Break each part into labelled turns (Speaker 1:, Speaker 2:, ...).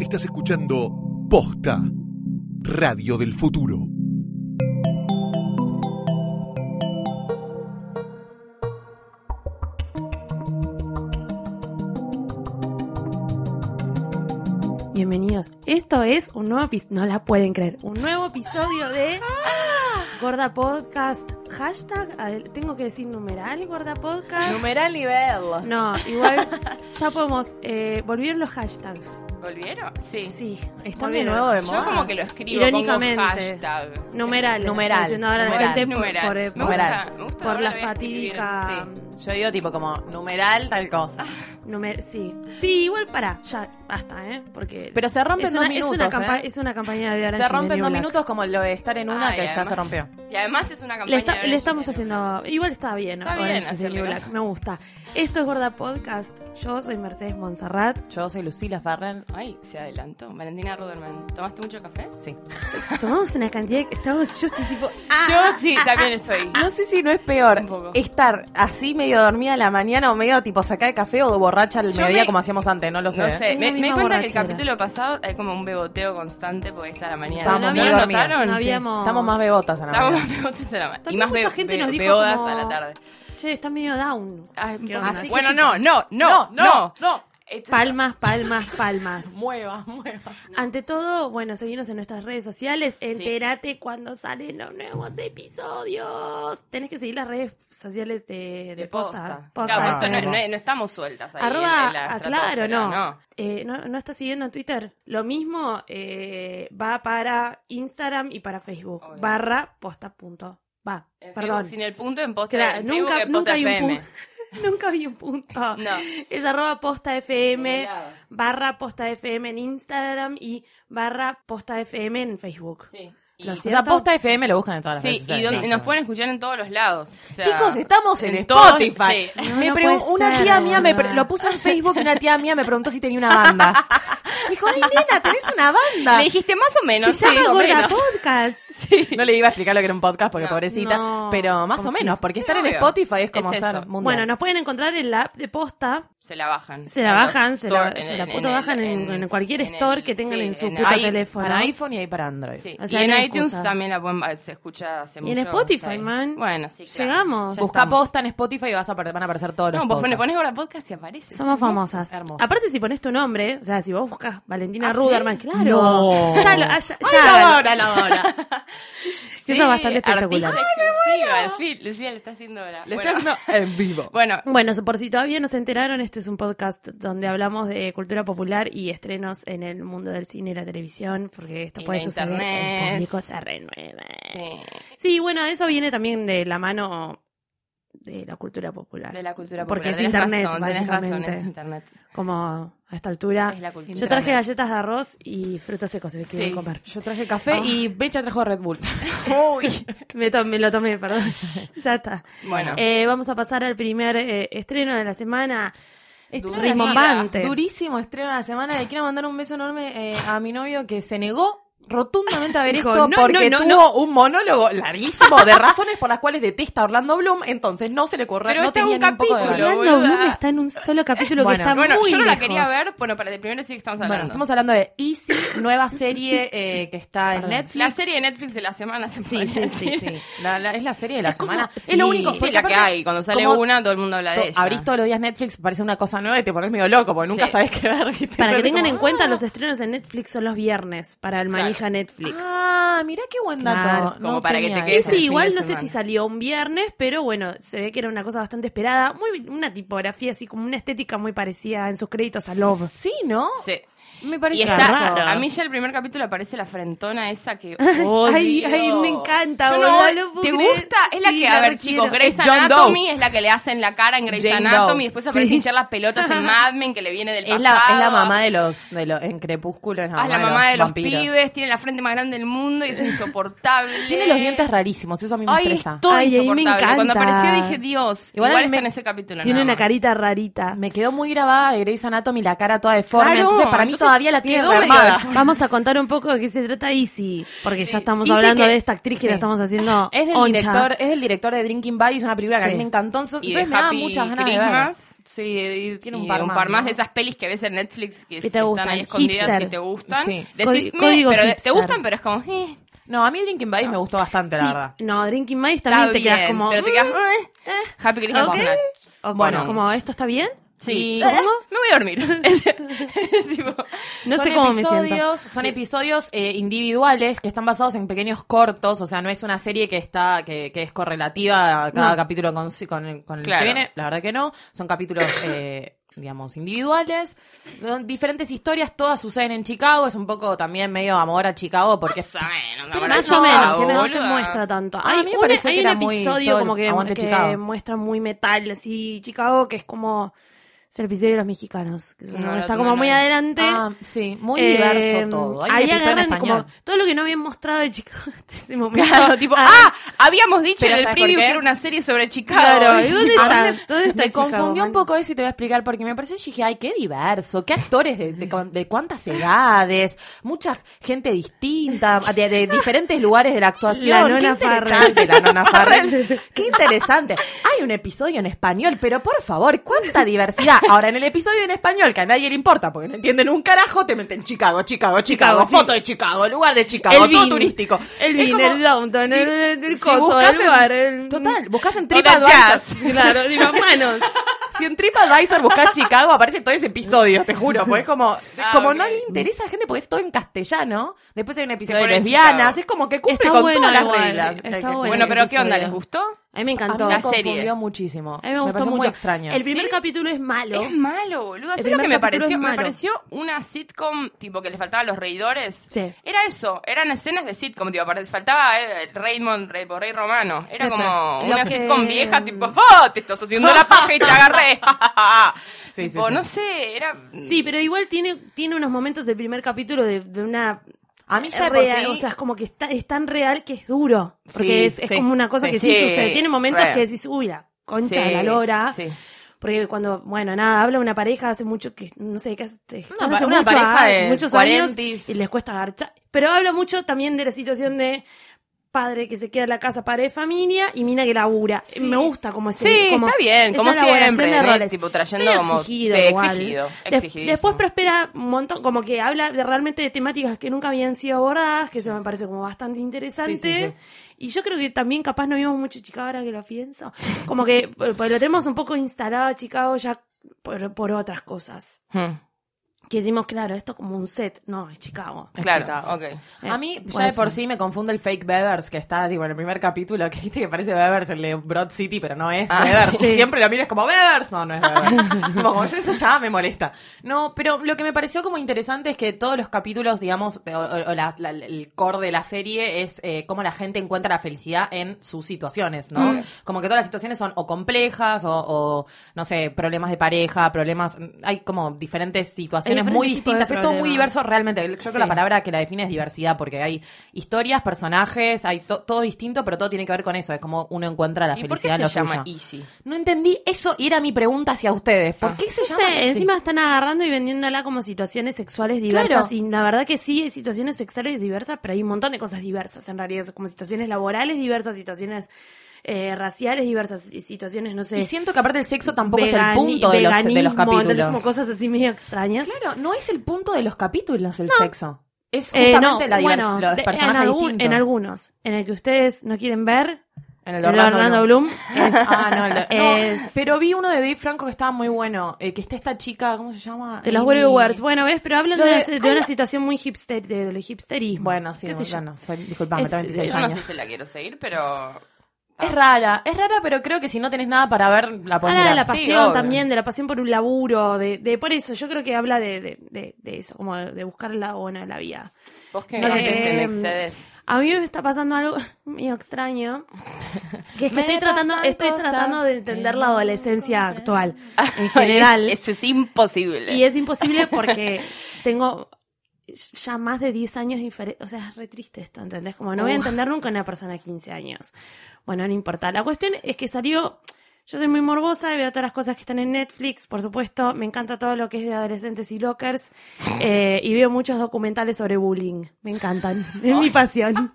Speaker 1: Estás escuchando Posta, Radio del Futuro.
Speaker 2: Bienvenidos. Esto es un nuevo episodio. No la pueden creer. Un nuevo episodio de Gorda Podcast. Hashtag. a ver, Tengo que decir numeral Gorda Podcast.
Speaker 3: Numeral nivel.
Speaker 2: No, igual ya podemos. eh, volvieron los hashtags.
Speaker 4: ¿Volvieron? Sí.
Speaker 2: Sí,
Speaker 3: Están
Speaker 2: volvieron.
Speaker 3: de nuevo de
Speaker 4: Yo
Speaker 3: moda.
Speaker 4: como que lo escribo
Speaker 2: Irónicamente.
Speaker 4: pongo hashtag.
Speaker 2: Numeral.
Speaker 3: Numeral.
Speaker 2: Estoy diciendo ahora la
Speaker 3: Numeral.
Speaker 2: gente por-
Speaker 4: Numeral.
Speaker 2: por-
Speaker 4: Me
Speaker 2: por-
Speaker 3: gusta,
Speaker 4: me gusta
Speaker 2: por
Speaker 4: ahora
Speaker 2: la
Speaker 4: voy a escribir,
Speaker 2: fatiga.
Speaker 3: Sí. Yo digo tipo como numeral tal cosa.
Speaker 2: Numer- sí. Sí, igual para. Ya, basta, ¿eh? Porque.
Speaker 3: Pero se rompen
Speaker 2: es
Speaker 3: dos
Speaker 2: una, es
Speaker 3: minutos.
Speaker 2: una,
Speaker 3: ¿eh?
Speaker 2: campa- es una campaña de Orange
Speaker 3: Se
Speaker 2: is the
Speaker 3: rompen
Speaker 2: New
Speaker 3: dos
Speaker 2: Black.
Speaker 3: minutos como lo de estar en una
Speaker 4: Ay,
Speaker 3: que ya
Speaker 4: además.
Speaker 3: se rompió.
Speaker 4: Y además es una campaña.
Speaker 2: Le, está-
Speaker 4: de
Speaker 2: le
Speaker 4: Orange
Speaker 2: estamos
Speaker 4: is the New
Speaker 2: haciendo. Igual está bien,
Speaker 4: Está
Speaker 2: Orange
Speaker 4: bien
Speaker 2: is the New
Speaker 4: hacerlo.
Speaker 2: Black, Me gusta. Esto es Gorda Podcast. Yo soy Mercedes Monserrat.
Speaker 3: Yo soy Lucila Farren.
Speaker 4: Black. Ay, se adelantó. Valentina Ruderman, ¿tomaste mucho café?
Speaker 3: Sí.
Speaker 2: Tomamos una cantidad. de- Estamos, yo estoy tipo. ah,
Speaker 4: Yo sí, también estoy.
Speaker 3: Ah. No sé si no es peor
Speaker 4: Un poco.
Speaker 3: estar así medio dormida a la mañana o medio tipo saca de café o de borracha al
Speaker 4: Yo
Speaker 3: mediodía
Speaker 4: me-
Speaker 3: como hacíamos antes, no lo sé.
Speaker 4: No
Speaker 3: ¿eh?
Speaker 4: sé,
Speaker 2: Es la
Speaker 4: me, me di
Speaker 2: misma
Speaker 4: cuenta que el
Speaker 2: borrachera.
Speaker 4: capítulo pasado hay como un beboteo constante porque es a la mañana.
Speaker 3: Estábamos
Speaker 4: ¿No
Speaker 3: muy
Speaker 4: lo
Speaker 3: dormidas.
Speaker 4: notaron?
Speaker 2: No
Speaker 4: Sí.
Speaker 2: habíamos-
Speaker 3: Estamos más bebotas a la
Speaker 4: Estábamos
Speaker 3: mañana.
Speaker 4: más bebotes a la mañana. Y
Speaker 2: También
Speaker 4: más
Speaker 2: mucha
Speaker 4: be-
Speaker 2: gente
Speaker 4: be-
Speaker 2: nos dijo
Speaker 4: beodas
Speaker 2: como-
Speaker 4: a la tarde.
Speaker 2: Che, está medio down.
Speaker 4: Ay,
Speaker 2: ¿Qué
Speaker 4: un
Speaker 2: onda?
Speaker 4: poco-
Speaker 2: Así
Speaker 4: bueno,
Speaker 2: que-
Speaker 4: no, no, no, no.
Speaker 3: no. Este,
Speaker 4: Esto-
Speaker 2: Palmas, palmas, palmas.
Speaker 3: Mueva, mueva.
Speaker 2: Ante todo, bueno, seguimos en nuestras redes sociales. Entérate cuando salen los nuevos episodios. Tenés que seguir las redes sociales de, de,
Speaker 3: De
Speaker 2: Posta.
Speaker 3: Posta.
Speaker 2: Posta.
Speaker 4: Claro,
Speaker 3: Ah,
Speaker 4: esto no,
Speaker 3: bueno.
Speaker 4: no- no estamos sueltas ahí.
Speaker 2: Arroba,
Speaker 4: en- en la
Speaker 2: ah, claro,
Speaker 4: estratosfera,
Speaker 2: no. Eh, no. no está siguiendo en Twitter. Lo mismo eh, va para Instagram y para Facebook.
Speaker 4: Obvio.
Speaker 2: Barra posta punto. Va,
Speaker 4: En
Speaker 2: perdón.
Speaker 4: Facebook sin el punto en posta.
Speaker 2: Claro,
Speaker 4: en Facebook
Speaker 2: nunca,
Speaker 4: en
Speaker 2: nunca
Speaker 4: posta
Speaker 2: hay un
Speaker 4: FM.
Speaker 2: punto. nunca hay un punto.
Speaker 4: No.
Speaker 2: Es arroba posta FM,
Speaker 4: Ningún lado.
Speaker 2: barra posta FM en Instagram y barra posta FM en Facebook.
Speaker 4: Sí. Y,
Speaker 2: Lo
Speaker 3: O
Speaker 2: ¿Cierto?
Speaker 3: sea, posta FM lo buscan en todas las
Speaker 4: sí,
Speaker 3: redes
Speaker 4: y
Speaker 3: sociales.
Speaker 4: donde-
Speaker 3: Sí,
Speaker 4: nos
Speaker 3: sí.
Speaker 4: pueden escuchar en todos los lados. O sea,
Speaker 3: Chicos, estamos en,
Speaker 4: todos-
Speaker 3: Spotify.
Speaker 4: sí.
Speaker 2: No,
Speaker 3: Me
Speaker 2: no
Speaker 3: pregun-
Speaker 2: puede
Speaker 3: una
Speaker 2: ser,
Speaker 3: tía mía me pre-
Speaker 2: boluda.
Speaker 3: lo puso en Facebook y una tía mía me preguntó si tenía una banda. Me dijo, ay nena, tenés una banda.
Speaker 4: Le dijiste más o menos.
Speaker 2: Se llama
Speaker 4: sí,
Speaker 2: Gorda
Speaker 4: menos.
Speaker 2: Podcast.
Speaker 3: No le iba a explicar lo que era un podcast porque
Speaker 4: No.
Speaker 3: pobrecita,
Speaker 2: No,
Speaker 3: pero más o
Speaker 2: confío.
Speaker 3: menos, porque
Speaker 4: Sí,
Speaker 3: estar en
Speaker 4: obvio.
Speaker 3: Spotify es como
Speaker 4: Es
Speaker 3: ser
Speaker 4: eso.
Speaker 3: mundial.
Speaker 2: Bueno, nos pueden encontrar en la app de posta.
Speaker 4: Se la bajan.
Speaker 2: Se la
Speaker 4: En los
Speaker 2: bajan, se la-
Speaker 4: store,
Speaker 2: se
Speaker 4: en-
Speaker 2: la
Speaker 4: en-
Speaker 2: puto
Speaker 4: en-
Speaker 2: bajan en- en cualquier store que tengan en su puta
Speaker 3: hay
Speaker 4: ahí.
Speaker 2: teléfono.
Speaker 3: para iPhone y hay para Android.
Speaker 4: Sí.
Speaker 2: O sea,
Speaker 4: y en
Speaker 2: no hay
Speaker 4: iTunes
Speaker 2: excusa.
Speaker 4: también la pueden, se escucha hace
Speaker 2: Y
Speaker 4: mucho.
Speaker 2: en Spotify,
Speaker 4: está ahí.
Speaker 2: man.
Speaker 4: Bueno, sí, claro.
Speaker 2: Llegamos.
Speaker 4: Ya
Speaker 3: Busca
Speaker 4: estamos.
Speaker 3: posta en Spotify y vas a, apare- van a aparecer todos
Speaker 4: No,
Speaker 3: los
Speaker 4: vos
Speaker 3: podcasts.
Speaker 4: le pones Gorda Podcast y aparece.
Speaker 2: Somos famosas.
Speaker 3: hermoso.
Speaker 2: Aparte, si pones tu nombre, o sea, si vos buscas Valentina
Speaker 4: ¿Ah, sí?
Speaker 2: Ruderman, claro.
Speaker 3: No.
Speaker 2: Ya lo. ah, Ya,
Speaker 3: Ay,
Speaker 2: ya.
Speaker 3: la hora, la hora.
Speaker 2: Sí, eso es bastante espectacular.
Speaker 4: artista exclusiva, al fin. Lucía le está haciendo ahora.
Speaker 3: Le
Speaker 4: Bueno,
Speaker 3: estás haciendo en vivo.
Speaker 4: Bueno,
Speaker 2: Bueno, so- por si todavía no se enteraron, este es un podcast donde hablamos de cultura popular y estrenos en el mundo del cine y la televisión, porque esto
Speaker 4: Y
Speaker 2: puede
Speaker 4: la
Speaker 2: suceder.
Speaker 4: internet.
Speaker 2: El público se renueva.
Speaker 4: sí,
Speaker 2: Sí, bueno, eso viene también de la mano de la cultura popular.
Speaker 4: de la cultura popular.
Speaker 2: Porque es
Speaker 4: tenés
Speaker 2: internet,
Speaker 4: razón, tenés razón,
Speaker 2: básicamente.
Speaker 4: es internet.
Speaker 2: Como a esta altura.
Speaker 4: Es la cultura.
Speaker 2: Yo traje galletas de arroz y frutos secos si quieren
Speaker 4: Sí.
Speaker 2: comer.
Speaker 3: Yo traje café
Speaker 2: Ah.
Speaker 3: y Becha trajo Red Bull.
Speaker 4: Uy.
Speaker 2: Me, to- me lo tomé, perdón. ya está.
Speaker 4: Bueno,
Speaker 2: Eh, vamos a pasar al primer eh, estreno de la semana.
Speaker 3: Estreno
Speaker 4: Durísimo.
Speaker 3: de la semana.
Speaker 2: Rimbombante.
Speaker 3: Durísimo estreno de la semana. Le quiero mandar un beso enorme eh, a mi novio que se negó rotundamente a ver
Speaker 2: Dijo,
Speaker 3: esto
Speaker 2: "No,
Speaker 3: porque
Speaker 2: no, no,
Speaker 3: tuvo un monólogo larguísimo de razones por las cuales detesta a Orlando Bloom, entonces no se le ocurrió,
Speaker 4: Pero
Speaker 3: no
Speaker 4: está
Speaker 3: tenía
Speaker 4: un
Speaker 3: ni un poco de
Speaker 4: capítulo.
Speaker 3: valor.
Speaker 2: Orlando
Speaker 4: boluda.
Speaker 2: Bloom está en un solo capítulo
Speaker 3: Bueno,
Speaker 2: que está
Speaker 4: bueno
Speaker 2: muy
Speaker 4: yo no la
Speaker 2: lejos.
Speaker 4: quería ver. Bueno, para el primero sí que estamos hablando.
Speaker 3: Bueno, estamos hablando de Easy, nueva serie eh, que está en
Speaker 2: Perdón.
Speaker 3: Netflix.
Speaker 4: La serie de Netflix de la semana se
Speaker 3: Sí,
Speaker 4: podría
Speaker 3: sí, sí,
Speaker 4: decir.
Speaker 3: sí. La- la- es la serie de la
Speaker 2: Es como-
Speaker 3: semana.
Speaker 2: sí.
Speaker 3: es lo único.
Speaker 2: Sí,
Speaker 4: Es
Speaker 3: porque
Speaker 4: la que
Speaker 3: aparte,
Speaker 4: hay. Cuando sale
Speaker 3: como
Speaker 4: una, todo el mundo habla de
Speaker 3: to-
Speaker 4: ella.
Speaker 3: Abrís todos los días Netflix, parece una cosa nueva y te pones medio loco porque nunca
Speaker 4: Sí.
Speaker 3: sabes qué ver. ¿viste?
Speaker 2: Para que
Speaker 3: Entonces,
Speaker 2: tengan
Speaker 3: como,
Speaker 2: en cuenta,
Speaker 3: ah.
Speaker 2: los estrenos en Netflix son los viernes para el
Speaker 4: Claro.
Speaker 2: manija Netflix.
Speaker 3: Ah, mirá qué buen dato.
Speaker 2: Claro,
Speaker 4: como para que te
Speaker 3: tenía
Speaker 2: Y
Speaker 4: quedes
Speaker 3: eso.
Speaker 4: el
Speaker 2: sí,
Speaker 4: fin
Speaker 2: igual
Speaker 4: de
Speaker 2: no sé
Speaker 4: semana.
Speaker 2: si salió un viernes, pero bueno, se ve que era una cosa bastante esperada. Muy una tipografía así como una estética muy parecida en sus créditos a Love.
Speaker 3: Sí, ¿no?
Speaker 4: Sí.
Speaker 3: Me
Speaker 4: Y
Speaker 3: parece
Speaker 4: está,
Speaker 3: raro.
Speaker 4: a mí ya el primer capítulo aparece la frentona esa que odio.
Speaker 2: Ay, ay, me encanta,
Speaker 4: Yo
Speaker 2: boluda, no puedo
Speaker 4: ¿Te
Speaker 2: creer.
Speaker 4: gusta? Es la
Speaker 2: Sí,
Speaker 4: que,
Speaker 2: la
Speaker 4: a ver,
Speaker 2: requiero.
Speaker 4: chicos, Grey's
Speaker 3: Es John
Speaker 4: Anatomy
Speaker 3: Doe.
Speaker 4: es la que le hacen la cara en Grey's
Speaker 3: Jane
Speaker 4: Anatomy
Speaker 3: Doe.
Speaker 4: y después aparece
Speaker 2: Sí.
Speaker 4: hinchar las pelotas en Mad Men que le viene del
Speaker 3: Es la,
Speaker 4: pasado.
Speaker 3: es la mamá de los, de los. En Crepúsculo es la
Speaker 4: Ah,
Speaker 3: mamá,
Speaker 4: es la mamá de los,
Speaker 3: vampiros.
Speaker 4: pibes, tiene la frente más grande del mundo y es un insoportable.
Speaker 3: Tiene los dientes rarísimos, eso a mí me
Speaker 4: Ay, es
Speaker 3: estresa.
Speaker 4: todo
Speaker 2: Ay, ahí me
Speaker 4: insoportable. Cuando
Speaker 2: encanta.
Speaker 4: apareció dije, Dios,
Speaker 3: Igual
Speaker 4: igual,
Speaker 3: a mí
Speaker 4: está
Speaker 3: me-
Speaker 4: en ese capítulo.
Speaker 2: Tiene
Speaker 4: nada
Speaker 2: una
Speaker 4: más.
Speaker 2: carita rarita.
Speaker 3: Me quedó muy grabada de Grey's Anatomy la cara toda deforme.
Speaker 4: Claro,
Speaker 3: entonces, para mí todavía la tiene
Speaker 4: quedó medio
Speaker 3: armada.
Speaker 2: Vamos a contar un poco de qué se trata Easy, porque ya estamos
Speaker 3: Izzy
Speaker 2: hablando
Speaker 3: que-
Speaker 2: de esta actriz que
Speaker 3: sí.
Speaker 2: la estamos haciendo
Speaker 3: Es del,
Speaker 2: oncha.
Speaker 3: director, es el director de Drinking Buddies, una película que a
Speaker 2: Sí.
Speaker 3: mí me encantó. Entonces
Speaker 4: Y de
Speaker 3: me da
Speaker 4: Happy
Speaker 3: muchas ganas
Speaker 4: Christmas.
Speaker 3: de ver. Sí, y tiene
Speaker 4: Y
Speaker 3: un par,
Speaker 4: más
Speaker 3: ¿no?
Speaker 4: de esas pelis que ves en Netflix que,
Speaker 2: Que te
Speaker 4: están
Speaker 2: gustan,
Speaker 4: ahí escondidas
Speaker 2: hipster.
Speaker 4: y te gustan.
Speaker 3: Sí.
Speaker 4: Decís,
Speaker 2: Códi-
Speaker 4: "Meh",
Speaker 2: código
Speaker 4: pero de- te
Speaker 2: hipster.
Speaker 4: gustan, pero es como, eh,
Speaker 3: No, a mí Drinking Buddies me gustó bastante, la verdad.
Speaker 2: Sí. No, Drinking Buddies
Speaker 4: está
Speaker 2: también te quedas
Speaker 4: bien,
Speaker 2: como. "Mm, "Uh,
Speaker 4: pero te quedas, "Eh, Happy Christmas.
Speaker 2: ok.
Speaker 4: es una-
Speaker 2: "Mm",
Speaker 3: uh, bueno.
Speaker 2: como, ¿esto está bien?
Speaker 4: Sí.
Speaker 2: Y- ¿Supongo?
Speaker 4: Eh, Me voy a dormir. Tipo,
Speaker 2: No
Speaker 3: Son
Speaker 2: sé cómo me
Speaker 3: episodios,
Speaker 2: siento.
Speaker 3: Son episodios eh, individuales que están basados en pequeños cortos, o sea, no es una serie que está que, que es correlativa a cada
Speaker 2: No.
Speaker 3: capítulo con, si- con, el- con el
Speaker 4: Claro.
Speaker 3: que viene, la verdad que no, son capítulos, eh, digamos, individuales, son diferentes historias, todas suceden en Chicago, es un poco también medio amor a Chicago porque...
Speaker 4: más o menos,
Speaker 2: Pero
Speaker 4: amor,
Speaker 2: más
Speaker 4: no,
Speaker 2: o menos, que no te
Speaker 4: boluda.
Speaker 2: muestra tanto.
Speaker 3: Ah, A
Speaker 2: Hay
Speaker 3: mí me
Speaker 2: un,
Speaker 3: pareció
Speaker 2: hay
Speaker 3: que
Speaker 2: un
Speaker 3: era muy
Speaker 2: episodio
Speaker 3: todo el
Speaker 2: como que,
Speaker 3: aguante
Speaker 2: que
Speaker 3: Chicago.
Speaker 2: muestra muy metal, así Chicago, que es como es el episodio de los mexicanos. que es
Speaker 4: No,
Speaker 2: uno
Speaker 4: no,
Speaker 2: está
Speaker 4: no,
Speaker 2: como
Speaker 4: no.
Speaker 2: muy adelante.
Speaker 3: Ah, sí, muy
Speaker 2: Eh,
Speaker 3: diverso todo. Hay un
Speaker 2: ahí
Speaker 3: episodio en
Speaker 2: agarran
Speaker 3: español.
Speaker 2: como todo lo que no habían mostrado de Chicago hasta ese momento. tipo,
Speaker 4: Ah, habíamos dicho
Speaker 3: Pero
Speaker 4: en el
Speaker 3: ¿sabes por
Speaker 4: preview
Speaker 3: qué?
Speaker 4: que era una serie sobre Chicago. Ah,
Speaker 2: claro, ¿y dónde
Speaker 4: Tipo,
Speaker 2: está? ¿Dónde está
Speaker 3: Me
Speaker 2: Chicago,
Speaker 3: confundió un
Speaker 2: man?
Speaker 3: poco eso y te voy a explicar porque me pareció, yo dije, ay, qué diverso, qué actores de, de cu- de cuántas edades, mucha gente distinta, de, de diferentes lugares de la
Speaker 2: La
Speaker 3: actuación. qué
Speaker 2: nona
Speaker 3: interesante, la nona Farrell. Qué interesante. Hay un episodio en español, pero por favor, cuánta diversidad. Ahora, en el episodio en español, que a nadie le importa porque no entienden un carajo, te meten Chicago, Chicago, Chicago,
Speaker 2: Chicago, sí.
Speaker 3: foto de Chicago, lugar de Chicago,
Speaker 2: El
Speaker 3: todo
Speaker 2: Vin.
Speaker 3: turístico.
Speaker 2: El
Speaker 3: Es
Speaker 2: Vin,
Speaker 3: como-
Speaker 2: el downtown,
Speaker 3: si-
Speaker 2: el, el, el
Speaker 3: si
Speaker 2: coso,
Speaker 3: buscas
Speaker 2: el
Speaker 3: en-
Speaker 2: lugar, el-
Speaker 3: Total, buscas en
Speaker 4: jazz.
Speaker 3: TripAdvisor.
Speaker 2: Claro, digo, manos.
Speaker 3: Si en TripAdvisor buscas Chicago, aparece todo ese episodio, te juro. Porque es como, como no le interesa a la gente porque es todo en castellano. Después hay un episodio de
Speaker 4: ponen
Speaker 3: lesbianas.
Speaker 4: Chicago.
Speaker 3: Es como que cumple
Speaker 2: Está
Speaker 3: con
Speaker 2: bueno
Speaker 3: todas las
Speaker 2: igual,
Speaker 3: reglas.
Speaker 2: sí,
Speaker 3: Hay que-
Speaker 2: está bueno.
Speaker 4: Bueno, pero ¿qué
Speaker 2: episodio.
Speaker 4: onda? ¿les gustó?
Speaker 2: A mí me
Speaker 3: A mí
Speaker 2: encantó.
Speaker 3: me
Speaker 4: La
Speaker 3: confundió
Speaker 4: serie.
Speaker 3: muchísimo.
Speaker 2: A mí me gustó
Speaker 3: pareció muy
Speaker 2: mucho.
Speaker 3: extraño.
Speaker 2: El primer capítulo es malo.
Speaker 4: Es malo, boludo.
Speaker 2: El
Speaker 4: ¿Sabés lo
Speaker 2: primer
Speaker 4: que
Speaker 2: capítulo es
Speaker 4: me pareció? Me
Speaker 2: malo.
Speaker 4: pareció una sitcom, tipo, que le faltaban los reidores.
Speaker 2: Sí.
Speaker 4: Era eso, eran escenas de sitcom, tipo, aparte faltaba eh, Raymond, Rey, Rey Romano. Era
Speaker 2: Puede
Speaker 4: como
Speaker 2: ser.
Speaker 4: una
Speaker 2: Lo que-
Speaker 4: sitcom vieja, tipo, ¡Oh, te estás haciendo la paja y te agarré!
Speaker 3: Sí, sí,
Speaker 4: tipo,
Speaker 3: sí.
Speaker 4: no sé, era...
Speaker 2: Sí, pero igual tiene, tiene unos momentos del primer capítulo de, de una.
Speaker 3: A mí ya de por
Speaker 2: real,
Speaker 3: sí-
Speaker 2: o sea, es como que está, es tan real que es duro. Porque
Speaker 3: Sí,
Speaker 2: es, es
Speaker 3: sí,
Speaker 2: como una cosa
Speaker 3: sí,
Speaker 2: que sí,
Speaker 4: sí,
Speaker 2: sucede. Tiene momentos
Speaker 4: re.
Speaker 2: que decís, uy, la concha de la
Speaker 4: Sí,
Speaker 2: lora.
Speaker 4: sí.
Speaker 2: Porque cuando, bueno, nada, habla una pareja hace mucho que, no sé, qué hace, están
Speaker 3: pa-
Speaker 2: hace
Speaker 3: una
Speaker 2: mucho,
Speaker 3: pareja
Speaker 2: ah,
Speaker 3: de
Speaker 2: muchos
Speaker 3: 40s.
Speaker 2: años y les cuesta garchar. Pero habla mucho también de la situación de padre que se queda en la casa, padre de familia y mina que labura. Me gusta como ese
Speaker 4: Sí,
Speaker 2: como
Speaker 4: está bien,
Speaker 2: esa
Speaker 4: como
Speaker 2: elaboración
Speaker 4: siempre,
Speaker 2: de
Speaker 4: ¿no?
Speaker 2: roles.
Speaker 4: Tipo, trayendo
Speaker 2: Medio
Speaker 4: como-
Speaker 2: exigido,
Speaker 4: sí,
Speaker 2: igual.
Speaker 4: exigido,
Speaker 2: Des-
Speaker 4: exigidísimo.
Speaker 2: después prospera un montón, como que habla de, realmente de temáticas que nunca habían sido abordadas, que eso me parece como bastante interesante.
Speaker 3: Sí, sí, sí.
Speaker 2: Y yo creo que también capaz no vimos mucho Chicago ahora que lo pienso. Como que eh, pues, lo tenemos un poco instalado a Chicago ya por, por otras cosas.
Speaker 4: Hmm,
Speaker 2: Que decimos, claro, esto como un set. No, es Chicago.
Speaker 4: Claro, ok.
Speaker 2: Eh,
Speaker 3: A mí, ya
Speaker 2: puede
Speaker 3: de por
Speaker 2: ser.
Speaker 3: sí me confunde el fake Bevers que está, tipo, en el primer capítulo, que viste que parece Bevers el de Broad City, pero no es
Speaker 4: Ah,
Speaker 3: Bevers.
Speaker 2: sí.
Speaker 3: Y siempre lo miras como Bevers. No, no es Bevers. Tipo, como yo eso ya me molesta. No, pero lo que me pareció como interesante es que todos los capítulos, digamos, o, o- o la- la- el core de la serie es eh, cómo la gente encuentra la felicidad en sus situaciones, ¿no?
Speaker 2: Mm.
Speaker 3: Como que todas las situaciones son o complejas o, o, no sé, problemas de pareja, problemas... Hay como diferentes situaciones
Speaker 2: Hay
Speaker 3: muy
Speaker 2: diferentes tipos de
Speaker 3: distintas. Es todo muy
Speaker 2: problemas.
Speaker 3: diverso realmente. Yo creo
Speaker 2: Sí.
Speaker 3: que la palabra que la define es diversidad, porque hay historias, personajes, hay to- todo distinto, pero todo tiene que ver con eso. Es como uno encuentra la
Speaker 4: ¿Y por qué
Speaker 3: felicidad en
Speaker 4: se
Speaker 3: lo
Speaker 4: llama
Speaker 3: suyo.
Speaker 4: Easy?
Speaker 3: No entendí eso y era mi pregunta hacia ustedes.
Speaker 4: Ah.
Speaker 3: ¿Por qué se
Speaker 2: No
Speaker 3: llama
Speaker 2: Ah, sé,
Speaker 3: así?
Speaker 2: encima están agarrando y vendiéndola como situaciones sexuales diversas.
Speaker 3: Claro.
Speaker 2: Y la verdad que sí, hay situaciones sexuales diversas, pero hay un montón de cosas diversas en realidad. Como situaciones laborales diversas, situaciones eh, raciales diversas, y situaciones, no sé.
Speaker 3: Y siento que aparte el sexo tampoco es el
Speaker 2: vegani-
Speaker 3: punto de los, de los
Speaker 2: veganismo, entonces
Speaker 3: capítulos.
Speaker 2: como cosas así medio extrañas.
Speaker 3: Claro, no es el punto de los capítulos el sexo. Es
Speaker 2: Eh,
Speaker 3: justamente
Speaker 2: no,
Speaker 3: la divers-
Speaker 2: bueno,
Speaker 3: los
Speaker 2: de-
Speaker 3: personajes
Speaker 2: en, algún-
Speaker 3: distintos.
Speaker 2: en algunos. En el que ustedes no quieren ver,
Speaker 3: En
Speaker 2: el de Orlando Bloom.
Speaker 3: Bloom.
Speaker 2: es-
Speaker 3: Ah, no, el de- no,
Speaker 2: Es-
Speaker 3: pero vi uno de Dave Franco que estaba muy bueno, eh, que está esta chica, ¿cómo se llama? Eh,
Speaker 2: De los
Speaker 3: Amy-
Speaker 2: Warriors. Bueno, ves, pero hablan de,
Speaker 3: Lo de-
Speaker 2: una, de una situación muy hipster, de- del hipsterismo.
Speaker 3: Bueno, sí,
Speaker 2: ¿Qué sé yo?
Speaker 3: bueno, soy, disculpame,
Speaker 2: Es-
Speaker 3: tengo 26
Speaker 4: Yo no sé
Speaker 3: años.
Speaker 4: si la quiero seguir, pero...
Speaker 3: Es rara, es rara, pero creo que si no tenés nada para ver, Ah, la podés
Speaker 2: Habla de
Speaker 3: mirar.
Speaker 2: la
Speaker 4: Sí,
Speaker 2: pasión
Speaker 4: obvio.
Speaker 2: también, de la pasión por un laburo, de, de por eso, yo creo que habla de, de, de- de eso, como de buscar la buena la vida.
Speaker 4: ¿Vos qué
Speaker 2: No, eh,
Speaker 4: no,
Speaker 2: que-
Speaker 4: me excedes?
Speaker 2: A mí me está pasando algo medio extraño, que es que
Speaker 3: Me
Speaker 2: estoy tratando,
Speaker 3: pasan
Speaker 2: estoy tratando
Speaker 3: cosas
Speaker 2: de entender la adolescencia actual, en
Speaker 4: Es-
Speaker 2: general.
Speaker 4: Eso es imposible.
Speaker 2: Y es imposible porque tengo ya más de 10 años diferentes. O sea, es re triste esto, ¿entendés? Como no voy a
Speaker 3: Uh.
Speaker 2: entender nunca a una persona de 15 años. Bueno, no importa. La cuestión es que salió. Yo soy muy morbosa y veo todas las cosas que están en Netflix, por supuesto. Me encanta todo lo que es de adolescentes y lockers. eh, y veo muchos documentales sobre bullying. Me encantan. Es mi pasión.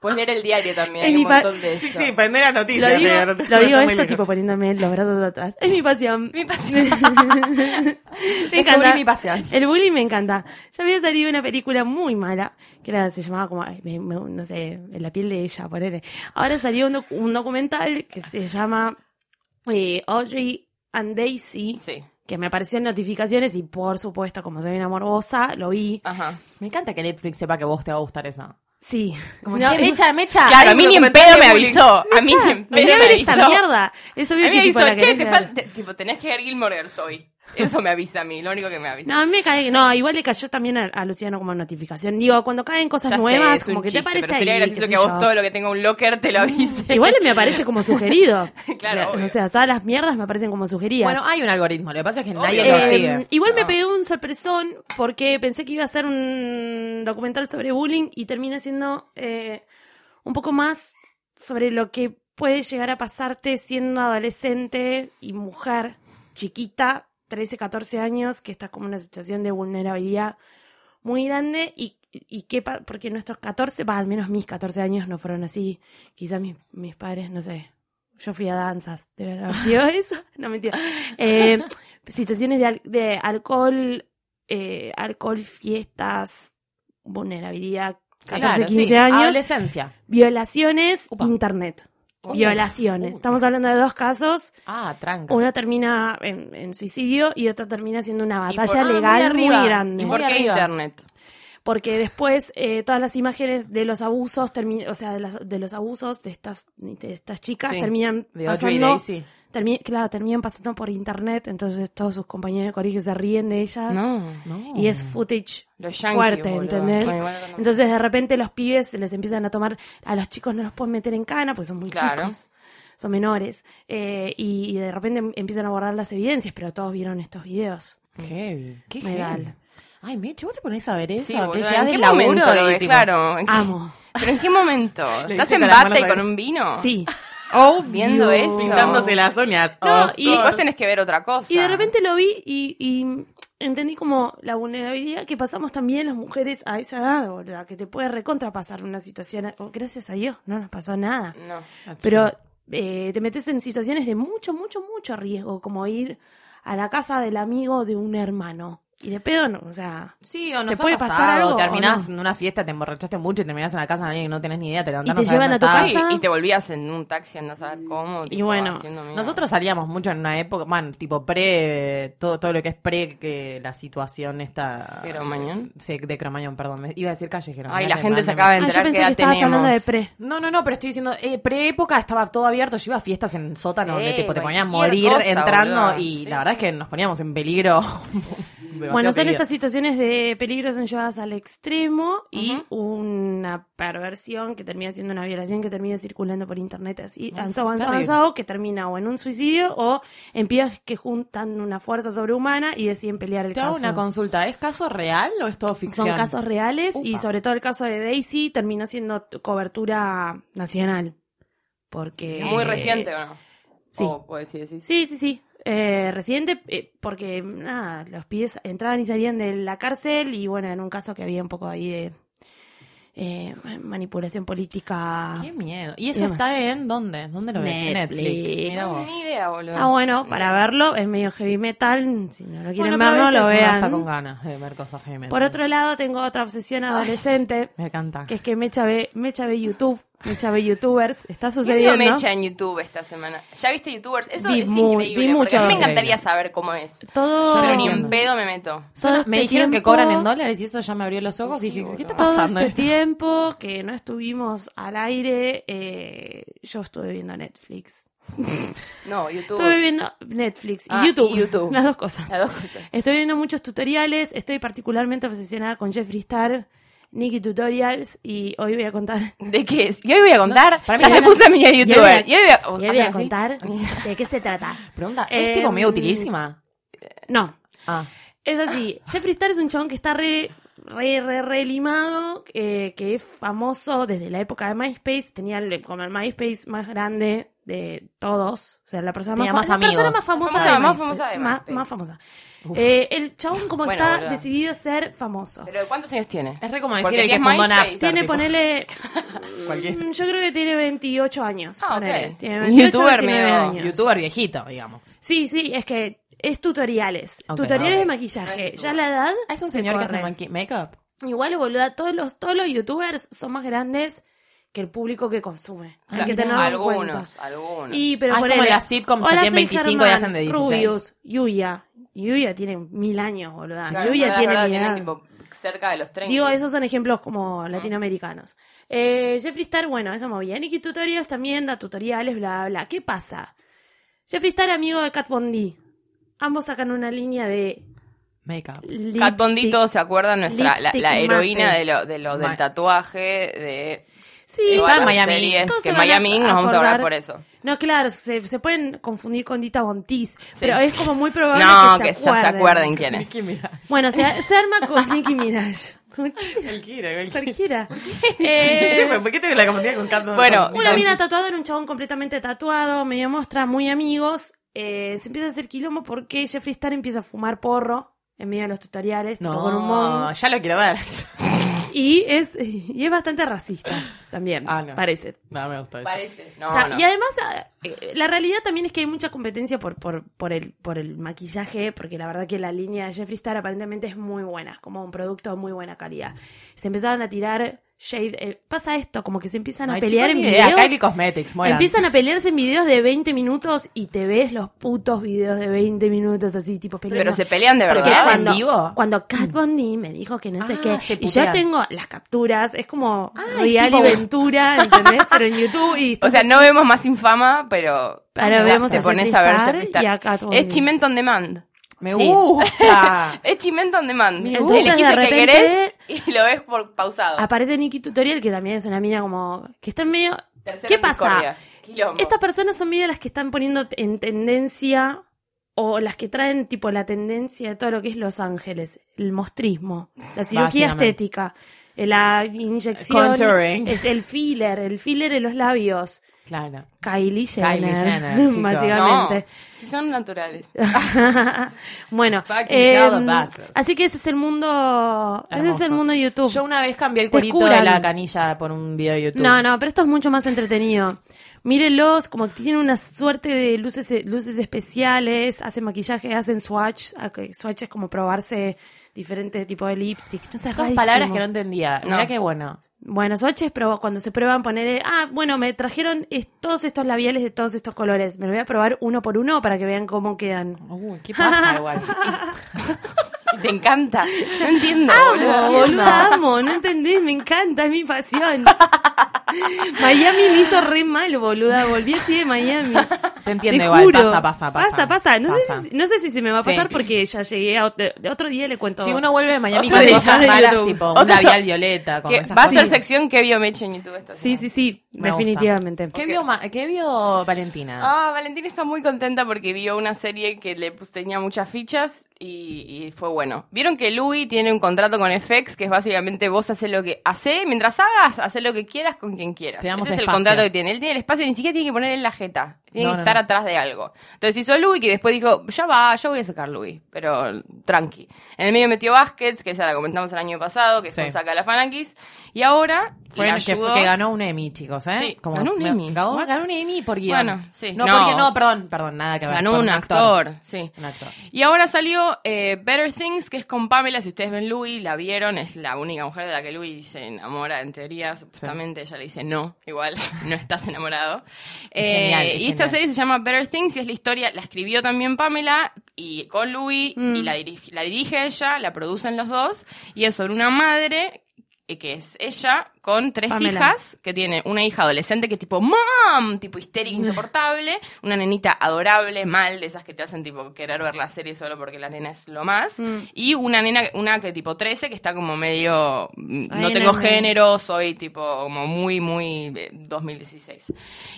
Speaker 4: Puedes leer el diario también.
Speaker 2: En
Speaker 4: hay
Speaker 2: mi
Speaker 4: un
Speaker 2: pa-
Speaker 4: montón de
Speaker 5: Sí,
Speaker 4: eso.
Speaker 5: sí, prende la
Speaker 2: Lo
Speaker 5: noticia.
Speaker 2: digo,
Speaker 5: Leo, no te-
Speaker 2: lo
Speaker 5: no
Speaker 2: digo
Speaker 5: está muy
Speaker 2: esto
Speaker 5: lejos.
Speaker 2: tipo poniéndome los brazos atrás. Es mi pasión.
Speaker 4: Mi pasión.
Speaker 2: me
Speaker 4: Descubrí
Speaker 2: encanta.
Speaker 4: mi pasión.
Speaker 2: El bullying me encanta. Ya había salido una película muy mala, que era, se llamaba como, ay, me- me- no sé, en la piel de ella, ponele. Ahora salió un, docu- un documental que se llama eh, Audrey and Daisy,
Speaker 4: Sí.
Speaker 2: que me apareció en notificaciones y por supuesto, como soy una morbosa, lo vi.
Speaker 4: Ajá.
Speaker 3: Me encanta que Netflix sepa que vos te va a gustar esa.
Speaker 2: Sí.
Speaker 3: Como,
Speaker 2: No,
Speaker 3: che,
Speaker 2: es-
Speaker 3: mecha, mecha.
Speaker 4: Claro,
Speaker 3: Ay,
Speaker 4: a mí
Speaker 3: un
Speaker 4: ni en
Speaker 3: documental
Speaker 4: pedo
Speaker 3: de
Speaker 4: me
Speaker 3: bullying.
Speaker 4: avisó. A mí ni en
Speaker 2: Debería
Speaker 4: pedo me
Speaker 2: ver esta
Speaker 4: avisó.
Speaker 2: mierda. Es obvio
Speaker 4: A mí
Speaker 2: que
Speaker 4: me
Speaker 2: tipo,
Speaker 4: avisó,
Speaker 2: la
Speaker 4: che,
Speaker 2: querés
Speaker 4: te
Speaker 2: ver".
Speaker 4: fal- te- tipo, tenés que ver Gilmore Girls hoy. Eso me avisa a mí, lo único que me avisa.
Speaker 2: No, a mí me cae, no, igual le cayó también a, a Luciano como notificación. Digo, cuando caen cosas
Speaker 4: Ya sé,
Speaker 2: nuevas,
Speaker 4: es un
Speaker 2: como que
Speaker 4: chiste,
Speaker 2: te aparece
Speaker 4: pero sería
Speaker 2: ahí,
Speaker 4: gracioso
Speaker 2: qué
Speaker 4: que
Speaker 2: sé
Speaker 4: a vos
Speaker 2: yo.
Speaker 4: todo lo que tenga un locker te lo avise.
Speaker 2: Igual me aparece como sugerido.
Speaker 4: Claro, obvio.
Speaker 2: O sea, todas las mierdas me aparecen como sugeridas.
Speaker 3: Bueno, hay un algoritmo. Lo que pasa es que
Speaker 4: Obvio.
Speaker 3: nadie lo
Speaker 2: Eh,
Speaker 3: sigue. Ah.
Speaker 2: igual me pegué un sorpresón porque pensé que iba a ser un documental sobre bullying y termina siendo eh, un poco más sobre lo que puede llegar a pasarte siendo adolescente y mujer chiquita, 13, 14 años, que estás como en una situación de vulnerabilidad muy grande y, y qué pa- porque nuestros 14, va, al menos mis 14 años no fueron así, quizás mis, mis padres, no sé, yo fui a danzas, de verdad, sido eso? No, mentira. Eh, situaciones de, al- de alcohol, eh, alcohol, fiestas, vulnerabilidad, 14,
Speaker 3: Claro,
Speaker 2: 15
Speaker 3: sí.
Speaker 2: años,
Speaker 3: Adolescencia.
Speaker 2: violaciones,
Speaker 3: Upa.
Speaker 2: internet.
Speaker 3: Uf.
Speaker 2: Violaciones.
Speaker 3: Uy.
Speaker 2: Estamos hablando de dos casos.
Speaker 3: Uh, Ah, tranca.
Speaker 2: Uno termina en, en suicidio y otro termina siendo una
Speaker 4: Y
Speaker 2: batalla
Speaker 3: por- ah,
Speaker 2: legal
Speaker 3: muy
Speaker 2: muy,
Speaker 3: arriba.
Speaker 2: grande.
Speaker 4: ¿Y
Speaker 3: Muy
Speaker 4: por qué
Speaker 3: arriba.
Speaker 4: internet?
Speaker 2: Porque después eh, todas las imágenes de los abusos, termi- o sea, de, las- de los abusos de estas, de estas chicas
Speaker 3: Sí.
Speaker 2: terminan
Speaker 3: De Audrey
Speaker 2: pasando,
Speaker 3: Daisy.
Speaker 2: termi- claro, terminan pasando por internet, entonces todos sus compañeros de colegio se ríen de ellas
Speaker 3: No.
Speaker 2: y es footage
Speaker 4: Los yankees,
Speaker 2: fuerte,
Speaker 4: boludo.
Speaker 2: ¿entendés?
Speaker 4: Ay, bueno, no.
Speaker 2: Entonces de repente los pibes se les empiezan a tomar, a los chicos no los pueden meter en cana porque son muy
Speaker 4: Claro.
Speaker 2: chicos, son menores, eh, y, y de repente em- empiezan a borrar las evidencias, pero todos vieron estos videos.
Speaker 3: Heavy. Qué
Speaker 2: Me da
Speaker 3: heavy.
Speaker 2: el-
Speaker 3: Ay, Meche, vos te ponés a ver eso.
Speaker 4: Sí,
Speaker 3: que
Speaker 4: boludo,
Speaker 3: llegás
Speaker 4: ¿en qué
Speaker 3: del laburo
Speaker 4: momento lo
Speaker 3: y,
Speaker 4: ves?
Speaker 3: tipo,
Speaker 4: Claro. ¿En qué-
Speaker 2: Amo.
Speaker 4: ¿Pero en qué momento? ¿Estás
Speaker 5: Le hiciste
Speaker 4: en
Speaker 5: con las
Speaker 4: bata y
Speaker 5: manos
Speaker 4: con
Speaker 5: al-
Speaker 4: un vino?
Speaker 2: Sí.
Speaker 4: Oh, viendo eso.
Speaker 5: Pintándose las uñas.
Speaker 3: Oh.
Speaker 2: No,
Speaker 4: Y vos tenés que ver otra cosa.
Speaker 2: Y de repente lo vi y, y entendí como la vulnerabilidad que pasamos también las mujeres a esa edad, boluda, que te puede recontrapasar una situación. Oh, gracias a Dios, no nos pasó nada.
Speaker 4: No.
Speaker 2: Pero eh, te metes en situaciones de mucho, mucho, mucho riesgo, como ir a la casa del amigo de un hermano. Y de pedo no, o sea.
Speaker 3: Sí, o
Speaker 2: ¿Te
Speaker 3: nos ha
Speaker 2: puede pasar
Speaker 3: pasado,
Speaker 2: algo o
Speaker 3: Terminás
Speaker 2: no?
Speaker 3: en una fiesta, te emborrachaste mucho y terminás en la casa de alguien que no tenés ni idea, te levantás
Speaker 2: Y te
Speaker 3: no sabés
Speaker 2: llevan
Speaker 3: dónde
Speaker 2: a tu
Speaker 3: estás.
Speaker 4: Sí,
Speaker 2: casa.
Speaker 4: Ah, y te volvías en un taxi, andás a ver cómo.
Speaker 2: Y
Speaker 4: tipo,
Speaker 2: bueno,
Speaker 4: haciendo mierda.
Speaker 3: Nosotros salíamos mucho en una época, man, tipo pre, todo, todo lo que es pre que la situación está
Speaker 4: Pero mañana.
Speaker 3: Sí, de Cromañón, perdón, me iba a decir callejero.
Speaker 4: Ay,
Speaker 3: mirá que
Speaker 4: la gente
Speaker 3: mal
Speaker 4: se
Speaker 3: me-
Speaker 4: acaba de
Speaker 2: Ah, yo
Speaker 4: enterar
Speaker 2: pensé que
Speaker 4: que ya
Speaker 2: estabas hablando de
Speaker 4: tenemos.
Speaker 2: pre.
Speaker 3: No, no, no, pero estoy diciendo, eh, pre-época estaba todo abierto, yo iba a fiestas en sótano
Speaker 4: Sí,
Speaker 3: donde tipo, te ponían a
Speaker 4: cualquier
Speaker 3: morir
Speaker 4: cosa,
Speaker 3: entrando
Speaker 4: boluda.
Speaker 3: y
Speaker 4: Sí,
Speaker 3: la verdad
Speaker 4: sí.
Speaker 3: es que nos poníamos en peligro.
Speaker 2: Bueno, son estas
Speaker 3: estas
Speaker 2: situaciones de peligros son llevadas al extremo y una perversión que termina siendo una violación que termina circulando por internet así, avanzado, avanzado,
Speaker 3: terrible.
Speaker 2: avanzado, que termina o en un suicidio o en pibas que juntan una fuerza sobrehumana y deciden pelear el
Speaker 3: Te
Speaker 2: caso.
Speaker 3: hago una consulta, ¿es caso real o es todo ficción?
Speaker 2: Son casos reales y
Speaker 3: Upa.
Speaker 2: sobre todo el caso de Daisy terminó siendo t- cobertura nacional. Porque...
Speaker 4: Muy reciente, ¿o no?
Speaker 2: Sí.
Speaker 4: O, pues, sí, sí, sí.
Speaker 2: Sí, sí, sí. Eh, reciente, eh, porque nada, los pies entraban y salían de la cárcel y bueno, en un caso que había un poco ahí de eh, manipulación política.
Speaker 3: Qué miedo. ¿Y eso
Speaker 2: Nada más.
Speaker 3: está en dónde? ¿Dónde lo ves? En Netflix.
Speaker 2: Ah, Netflix.
Speaker 3: Mira
Speaker 4: No,
Speaker 3: vos.
Speaker 4: ni idea, boludo.
Speaker 2: Está Ah, bueno para verlo, es medio heavy metal, si no lo quieren
Speaker 3: Bueno, pero a
Speaker 2: ver, no lo
Speaker 3: veces uno está
Speaker 2: vean.
Speaker 3: con ganas Ah. de ver cosas gemelas.
Speaker 2: Por otro lado, tengo otra obsesión adolescente,
Speaker 3: Me encanta.
Speaker 2: que es que Mecha ve, Mecha ve YouTube, Mecha ve YouTubers, está
Speaker 4: ¿Qué vio
Speaker 2: sucediendo.
Speaker 4: Mecha en YouTube esta semana? ¿Ya viste YouTubers? Eso
Speaker 2: Vi
Speaker 4: es
Speaker 2: muy-
Speaker 4: increíble.
Speaker 2: vi
Speaker 4: porque a mí
Speaker 2: mucho.
Speaker 4: me encantaría saber cómo es.
Speaker 2: Todo,
Speaker 4: Pero
Speaker 3: Yo
Speaker 4: ni en
Speaker 3: entiendo.
Speaker 4: pedo me meto.
Speaker 3: Son-
Speaker 2: todo
Speaker 3: me
Speaker 2: este
Speaker 3: dijeron que
Speaker 2: tiempo-
Speaker 3: cobran en dólares y eso ya me abrió los ojos. dije, ¿qué está
Speaker 2: Todo
Speaker 3: pasando?
Speaker 2: este tiempo que no estuvimos al aire, eh, yo estuve viendo Netflix.
Speaker 4: No, YouTube.
Speaker 2: Estuve viendo Netflix y
Speaker 4: Ah,
Speaker 2: YouTube.
Speaker 4: y YouTube.
Speaker 2: Las dos cosas.
Speaker 4: Las dos cosas.
Speaker 2: Estoy viendo muchos tutoriales. Estoy particularmente obsesionada con Jeffree Star, Nicky Tutorials. Y hoy voy a contar.
Speaker 4: ¿De qué es? Y hoy voy a contar.
Speaker 3: para mí
Speaker 4: ya
Speaker 3: es
Speaker 4: se
Speaker 3: una-
Speaker 4: puse a mi
Speaker 2: y hoy
Speaker 4: youtuber.
Speaker 2: voy
Speaker 4: Y hoy voy a,
Speaker 2: Y hoy voy a contar de qué se trata.
Speaker 3: Pregunta, ¿es
Speaker 2: Eh,
Speaker 3: tipo medio utilísima?
Speaker 2: No,
Speaker 3: Ah,
Speaker 2: Es así. Jeffree Star es un chabón que está re, re, re, re limado, eh, que es famoso desde la época de MySpace. Tenía el, como el MySpace más grande de todos, o sea, la persona más,
Speaker 3: Tenía
Speaker 2: fa-
Speaker 3: más
Speaker 2: la persona
Speaker 3: amigos.
Speaker 2: más famosa,
Speaker 4: Famosa,
Speaker 2: de
Speaker 4: más
Speaker 2: Minecraft,
Speaker 4: famosa de
Speaker 2: más,
Speaker 4: Minecraft.
Speaker 2: más famosa. Eh, el chabón como
Speaker 4: Bueno,
Speaker 2: está
Speaker 4: boluda.
Speaker 2: decidido a ser famoso.
Speaker 4: ¿Pero cuántos años tiene?
Speaker 3: Es re como
Speaker 4: Porque
Speaker 3: decir el
Speaker 4: si
Speaker 3: que
Speaker 4: es
Speaker 3: fundó
Speaker 4: MySpace,
Speaker 3: Napster.
Speaker 2: Tiene,
Speaker 3: tipo.
Speaker 2: ponele.
Speaker 3: Cualquier-
Speaker 2: mm, Yo creo que tiene 28 años.
Speaker 4: Ah, ok.
Speaker 2: ponele. Tiene
Speaker 3: Un
Speaker 2: 28,
Speaker 3: youtuber
Speaker 2: 29
Speaker 3: medio-
Speaker 2: años.
Speaker 3: Youtuber viejito, digamos.
Speaker 2: Sí, sí, es que es tutoriales.
Speaker 3: Ok.
Speaker 2: tutoriales
Speaker 4: Ah,
Speaker 2: de
Speaker 4: ok.
Speaker 2: maquillaje.
Speaker 4: Es
Speaker 2: Ya la edad.
Speaker 3: Ah, es un
Speaker 2: se
Speaker 3: señor que hace
Speaker 2: corre.
Speaker 3: maqui- make-up.
Speaker 2: Igual, boluda, todos los, todos los youtubers son más grandes que el público que consume. Hay
Speaker 3: Ah,
Speaker 2: que
Speaker 3: mirá.
Speaker 2: tenerlo en cuenta.
Speaker 4: Algunos, algunos.
Speaker 2: Y, pero
Speaker 3: Ah, es como
Speaker 2: ponele,
Speaker 3: las sitcoms que
Speaker 2: Hola,
Speaker 3: tienen
Speaker 2: soy
Speaker 3: 25 y
Speaker 2: Germán,
Speaker 3: hacen de 16.
Speaker 2: Rubius, Yuya. Yuya tiene mil años, boluda.
Speaker 4: Claro,
Speaker 2: Yuya
Speaker 4: Ah, la
Speaker 2: tiene
Speaker 4: verdad,
Speaker 2: mi
Speaker 4: tienen,
Speaker 2: edad.
Speaker 4: tipo, Mm. cerca de los 30.
Speaker 2: Digo, esos son ejemplos como latinoamericanos. Eh, Jeffree Star, bueno, eso movía. Nicky Tutorials también da tutoriales, bla, bla. ¿Qué pasa? Jeffree Star, amigo de Kat Bondi. Ambos sacan una línea de
Speaker 3: Make-up.
Speaker 2: lipstick.
Speaker 4: Kat Bondi, todos se acuerdan, nuestra, la,
Speaker 2: lipstick
Speaker 4: la heroína
Speaker 2: mate.
Speaker 4: de lo, de lo del
Speaker 3: Ma-
Speaker 4: tatuaje, de
Speaker 2: Sí,
Speaker 4: todas
Speaker 3: en
Speaker 4: las
Speaker 3: Miami.
Speaker 4: series,
Speaker 2: Todos
Speaker 4: que
Speaker 2: se
Speaker 4: en
Speaker 2: van a
Speaker 4: Miami nos vamos a
Speaker 2: acordar.
Speaker 4: hablar por eso.
Speaker 2: No, claro, se, se pueden confundir con Dita Bontis, pero es como muy probable
Speaker 4: No,
Speaker 2: que,
Speaker 4: que
Speaker 2: se
Speaker 4: ya se
Speaker 2: acuerden.
Speaker 4: acuerden quién es.
Speaker 3: Nicki Minaj.
Speaker 2: Bueno, se, se arma con Nicki Minaj.
Speaker 3: Cualquiera, cualquiera.
Speaker 2: Cualquiera. Eh,
Speaker 3: Siempre, ¿Por qué tengo la compañía con Cat Von-
Speaker 4: Bueno,
Speaker 3: con-
Speaker 2: Una mina tatuada era un chabón completamente tatuado, medio mostra, muy amigos. Eh, se empieza a hacer quilombo porque Jeffree Star empieza a fumar porro en medio de los tutoriales, tipo con un
Speaker 3: No,
Speaker 2: mon.
Speaker 3: ya lo quiero ver.
Speaker 2: Y es, y es bastante racista también,
Speaker 3: Ah, no.
Speaker 2: parece.
Speaker 3: No, me gustó eso.
Speaker 4: Parece. No,
Speaker 2: O sea,
Speaker 4: no.
Speaker 2: Y además, eh, la realidad también es que hay mucha competencia por, por, por, el, por el maquillaje, porque la verdad que la línea de Jeffree Star aparentemente es muy buena, es como un producto de muy buena calidad. Se empezaron a tirar shade. eh, pasa esto, como que se empiezan a
Speaker 3: Ay,
Speaker 2: pelear
Speaker 3: chicos,
Speaker 2: en
Speaker 3: ni idea.
Speaker 2: videos.
Speaker 3: Kylie Cosmetics, mueran.
Speaker 2: Empiezan a pelearse en videos de 20 minutos y te ves los putos videos de 20 minutos así, tipo peleando.
Speaker 4: Pero se pelean de
Speaker 2: Porque
Speaker 4: verdad.
Speaker 3: quedan
Speaker 2: cuando,
Speaker 3: en vivo?
Speaker 2: Cuando Kat Von D me dijo que no sé
Speaker 3: Ah,
Speaker 2: qué,
Speaker 3: se
Speaker 2: y yo
Speaker 3: putean.
Speaker 2: tengo las capturas, es como
Speaker 3: Ah, es
Speaker 2: Real y
Speaker 3: tipo-
Speaker 2: Ventura, ¿entendés? Pero en YouTube y...
Speaker 4: O sea, no vemos más infama, pero.
Speaker 2: Ahora vemos
Speaker 4: te
Speaker 2: a
Speaker 4: pones
Speaker 2: Jeffree
Speaker 4: a ver
Speaker 2: Star
Speaker 4: Jeffree
Speaker 2: y
Speaker 4: Star.
Speaker 2: a Kat Von D.
Speaker 4: Es Chimento on Demand.
Speaker 3: Me
Speaker 4: Sí.
Speaker 3: gusta.
Speaker 4: Es Chimento on Demand.
Speaker 2: Mira,
Speaker 4: Elegís
Speaker 2: entonces, de
Speaker 4: el que
Speaker 2: repente- Ah,
Speaker 4: querés y lo ves por pausado.
Speaker 2: Aparece Nikki Tutorial, que también es una mina como... que está en medio...
Speaker 4: Tercera
Speaker 2: ¿Qué
Speaker 4: en
Speaker 2: pasa?
Speaker 4: discordia. Quilombo.
Speaker 2: Estas personas son medio las que están poniendo en tendencia o las que traen tipo la tendencia de todo lo que es Los Ángeles, el mostrismo, la cirugía
Speaker 3: Básicamente.
Speaker 2: estética, eh, la inyección,
Speaker 3: Contouring.
Speaker 2: es el filler, el filler en los labios.
Speaker 3: Claro.
Speaker 2: Kylie Jenner,
Speaker 3: Kylie Jenner, chico.
Speaker 4: No,
Speaker 2: básicamente.
Speaker 4: si son naturales.
Speaker 2: bueno,
Speaker 3: Fucking
Speaker 2: eh,
Speaker 3: jailbasses.
Speaker 2: así que ese es el mundo, ese es
Speaker 3: Hermoso.
Speaker 2: el mundo de YouTube.
Speaker 3: Yo una vez cambié el
Speaker 2: Te
Speaker 3: cuerito
Speaker 2: curan.
Speaker 3: de la canilla por un video de YouTube.
Speaker 2: No, no, pero esto es mucho más entretenido. Mírenlos, como que tienen una suerte de luces, luces especiales, hacen maquillaje, hacen swatch. ah, que Swatch es como probarse diferentes tipos de lipstick. No sé, es
Speaker 3: Dos
Speaker 2: rarísimo.
Speaker 3: palabras que no entendía.
Speaker 4: No.
Speaker 3: Mira qué bueno.
Speaker 2: Bueno, swatch es proba- cuando se prueban poner, ah, bueno, me trajeron es- todos estos labiales de todos estos colores. Me lo voy a probar uno por uno para que vean cómo quedan.
Speaker 3: Uy, qué pasa igual.
Speaker 4: Te encanta. No entiendo.
Speaker 2: Amo, boluda, amo, no entendés, me encanta, es mi pasión. Miami me hizo re mal, boluda, volví así de Miami.
Speaker 3: Te entiendo
Speaker 2: Te
Speaker 3: igual.
Speaker 2: juro.
Speaker 3: Pasa, pasa, pasa.
Speaker 2: Pasa, pasa. No,
Speaker 3: Pasa.
Speaker 2: Sé si, no sé si se me va a
Speaker 3: Sí.
Speaker 2: pasar porque ya llegué a ot- de otro día le cuento.
Speaker 3: Si uno vuelve de Miami
Speaker 2: Otro
Speaker 3: con
Speaker 2: día
Speaker 3: cosas
Speaker 2: de
Speaker 3: raras,
Speaker 2: YouTube.
Speaker 3: tipo un
Speaker 4: Otro-
Speaker 3: labial violeta, como
Speaker 4: Que
Speaker 3: esas
Speaker 4: va a
Speaker 3: cosas.
Speaker 4: ser sección que vio Mecho en YouTube esta
Speaker 2: Sí,
Speaker 4: semana.
Speaker 2: sí, sí,
Speaker 3: Me
Speaker 2: definitivamente.
Speaker 3: ¿Qué, vio, Ma- qué vio Valentina?
Speaker 4: Ah, Valentina está muy contenta porque vio una serie que le pus- tenía muchas fichas y, y fue bueno. Vieron que Louis tiene un contrato con FX que es básicamente vos haces lo que haces, mientras hagas, haces lo que quieras con quien quieras.
Speaker 3: Te damos
Speaker 4: Ese es el
Speaker 3: espacio.
Speaker 4: contrato que tiene. Él tiene el espacio, ni siquiera tiene que poner en la jeta. Tiene
Speaker 3: No,
Speaker 4: que
Speaker 3: no,
Speaker 4: estar
Speaker 3: no.
Speaker 4: atrás de algo. Entonces hizo Louis que después dijo, ya va, yo voy a sacar Louis, pero tranqui. En el medio metió Baskets, que esa la comentamos el año pasado, que
Speaker 3: Sí.
Speaker 4: fue saca la Fanakis, y ahora
Speaker 3: Fue
Speaker 4: le
Speaker 3: el que,
Speaker 4: ayudó-
Speaker 3: que ganó un Emmy, chicos, ¿eh?
Speaker 4: Sí, ganó un
Speaker 3: me-
Speaker 4: Emmy.
Speaker 3: Ganó,
Speaker 4: What?
Speaker 3: ganó un Emmy por guión.
Speaker 4: Bueno, sí.
Speaker 3: No,
Speaker 4: No.
Speaker 3: porque, no, perdón, perdón, nada que ver.
Speaker 4: ganó
Speaker 3: por
Speaker 4: un actor, sí.
Speaker 3: Un actor.
Speaker 4: Y ahora salió eh, Better Things, que es con Pamela. Si ustedes ven Louis, la vieron, es la única mujer de la que Louis se enamora, en teoría, supuestamente. Ella le dice, no, igual, no estás enamorado.
Speaker 3: Es
Speaker 4: Eh,
Speaker 3: genial, es
Speaker 4: y esta
Speaker 3: genial.
Speaker 4: serie se llama Better Things y es la historia, la escribió también Pamela y con Louis,
Speaker 3: Mm.
Speaker 4: y la, dirige- la dirige ella, la producen los dos, y es sobre una madre eh, que es ella con tres
Speaker 2: Pamela.
Speaker 4: hijas que tiene una hija adolescente que es tipo mom, tipo histérica, insoportable, una nenita adorable, mal, de esas que te hacen tipo querer ver la serie solo porque la nena es lo más,
Speaker 2: Mm.
Speaker 4: y una nena, una que tipo 13 que está como medio, mm,
Speaker 2: Ay,
Speaker 4: no tengo
Speaker 2: nene.
Speaker 4: género, soy tipo como muy, muy eh, 2016.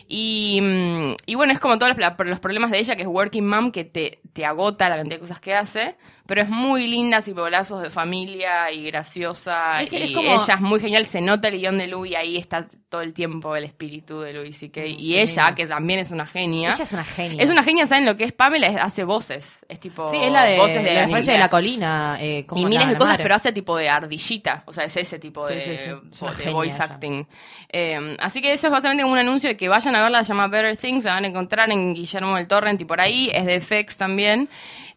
Speaker 4: Y, mm, y bueno, es como todos los, la- los problemas de ella, que es working mom, que te, te agota la cantidad de cosas que hace, pero es muy linda, así, tipo, lazos de familia y graciosa.
Speaker 3: Es que
Speaker 4: y
Speaker 3: es como
Speaker 4: ella es muy genial, se nota el guión de Louis, ahí está todo el tiempo el espíritu de Louis C.K. Y ella,
Speaker 3: genia.
Speaker 4: que también es una genia.
Speaker 3: Ella es una genia.
Speaker 4: Es una genia, ¿saben lo que es? Pamela es- hace voces. Es tipo.
Speaker 3: Sí, es la de,
Speaker 4: voces de
Speaker 3: la
Speaker 4: anime.
Speaker 3: raya de la colina. eh, ¿cómo
Speaker 4: Y
Speaker 3: la-
Speaker 4: miles de
Speaker 3: la
Speaker 4: cosas,
Speaker 3: madre?
Speaker 4: pero hace tipo de ardillita. O sea, es ese tipo
Speaker 3: Sí,
Speaker 4: de,
Speaker 3: sí, sí. Es una
Speaker 4: de
Speaker 3: genia
Speaker 4: voice
Speaker 3: ella.
Speaker 4: acting. Eh, así que eso es básicamente un anuncio de que vayan a verla, se llama Better Things, la van a encontrar en Guillermo del Torrent y por ahí. Es de FX también.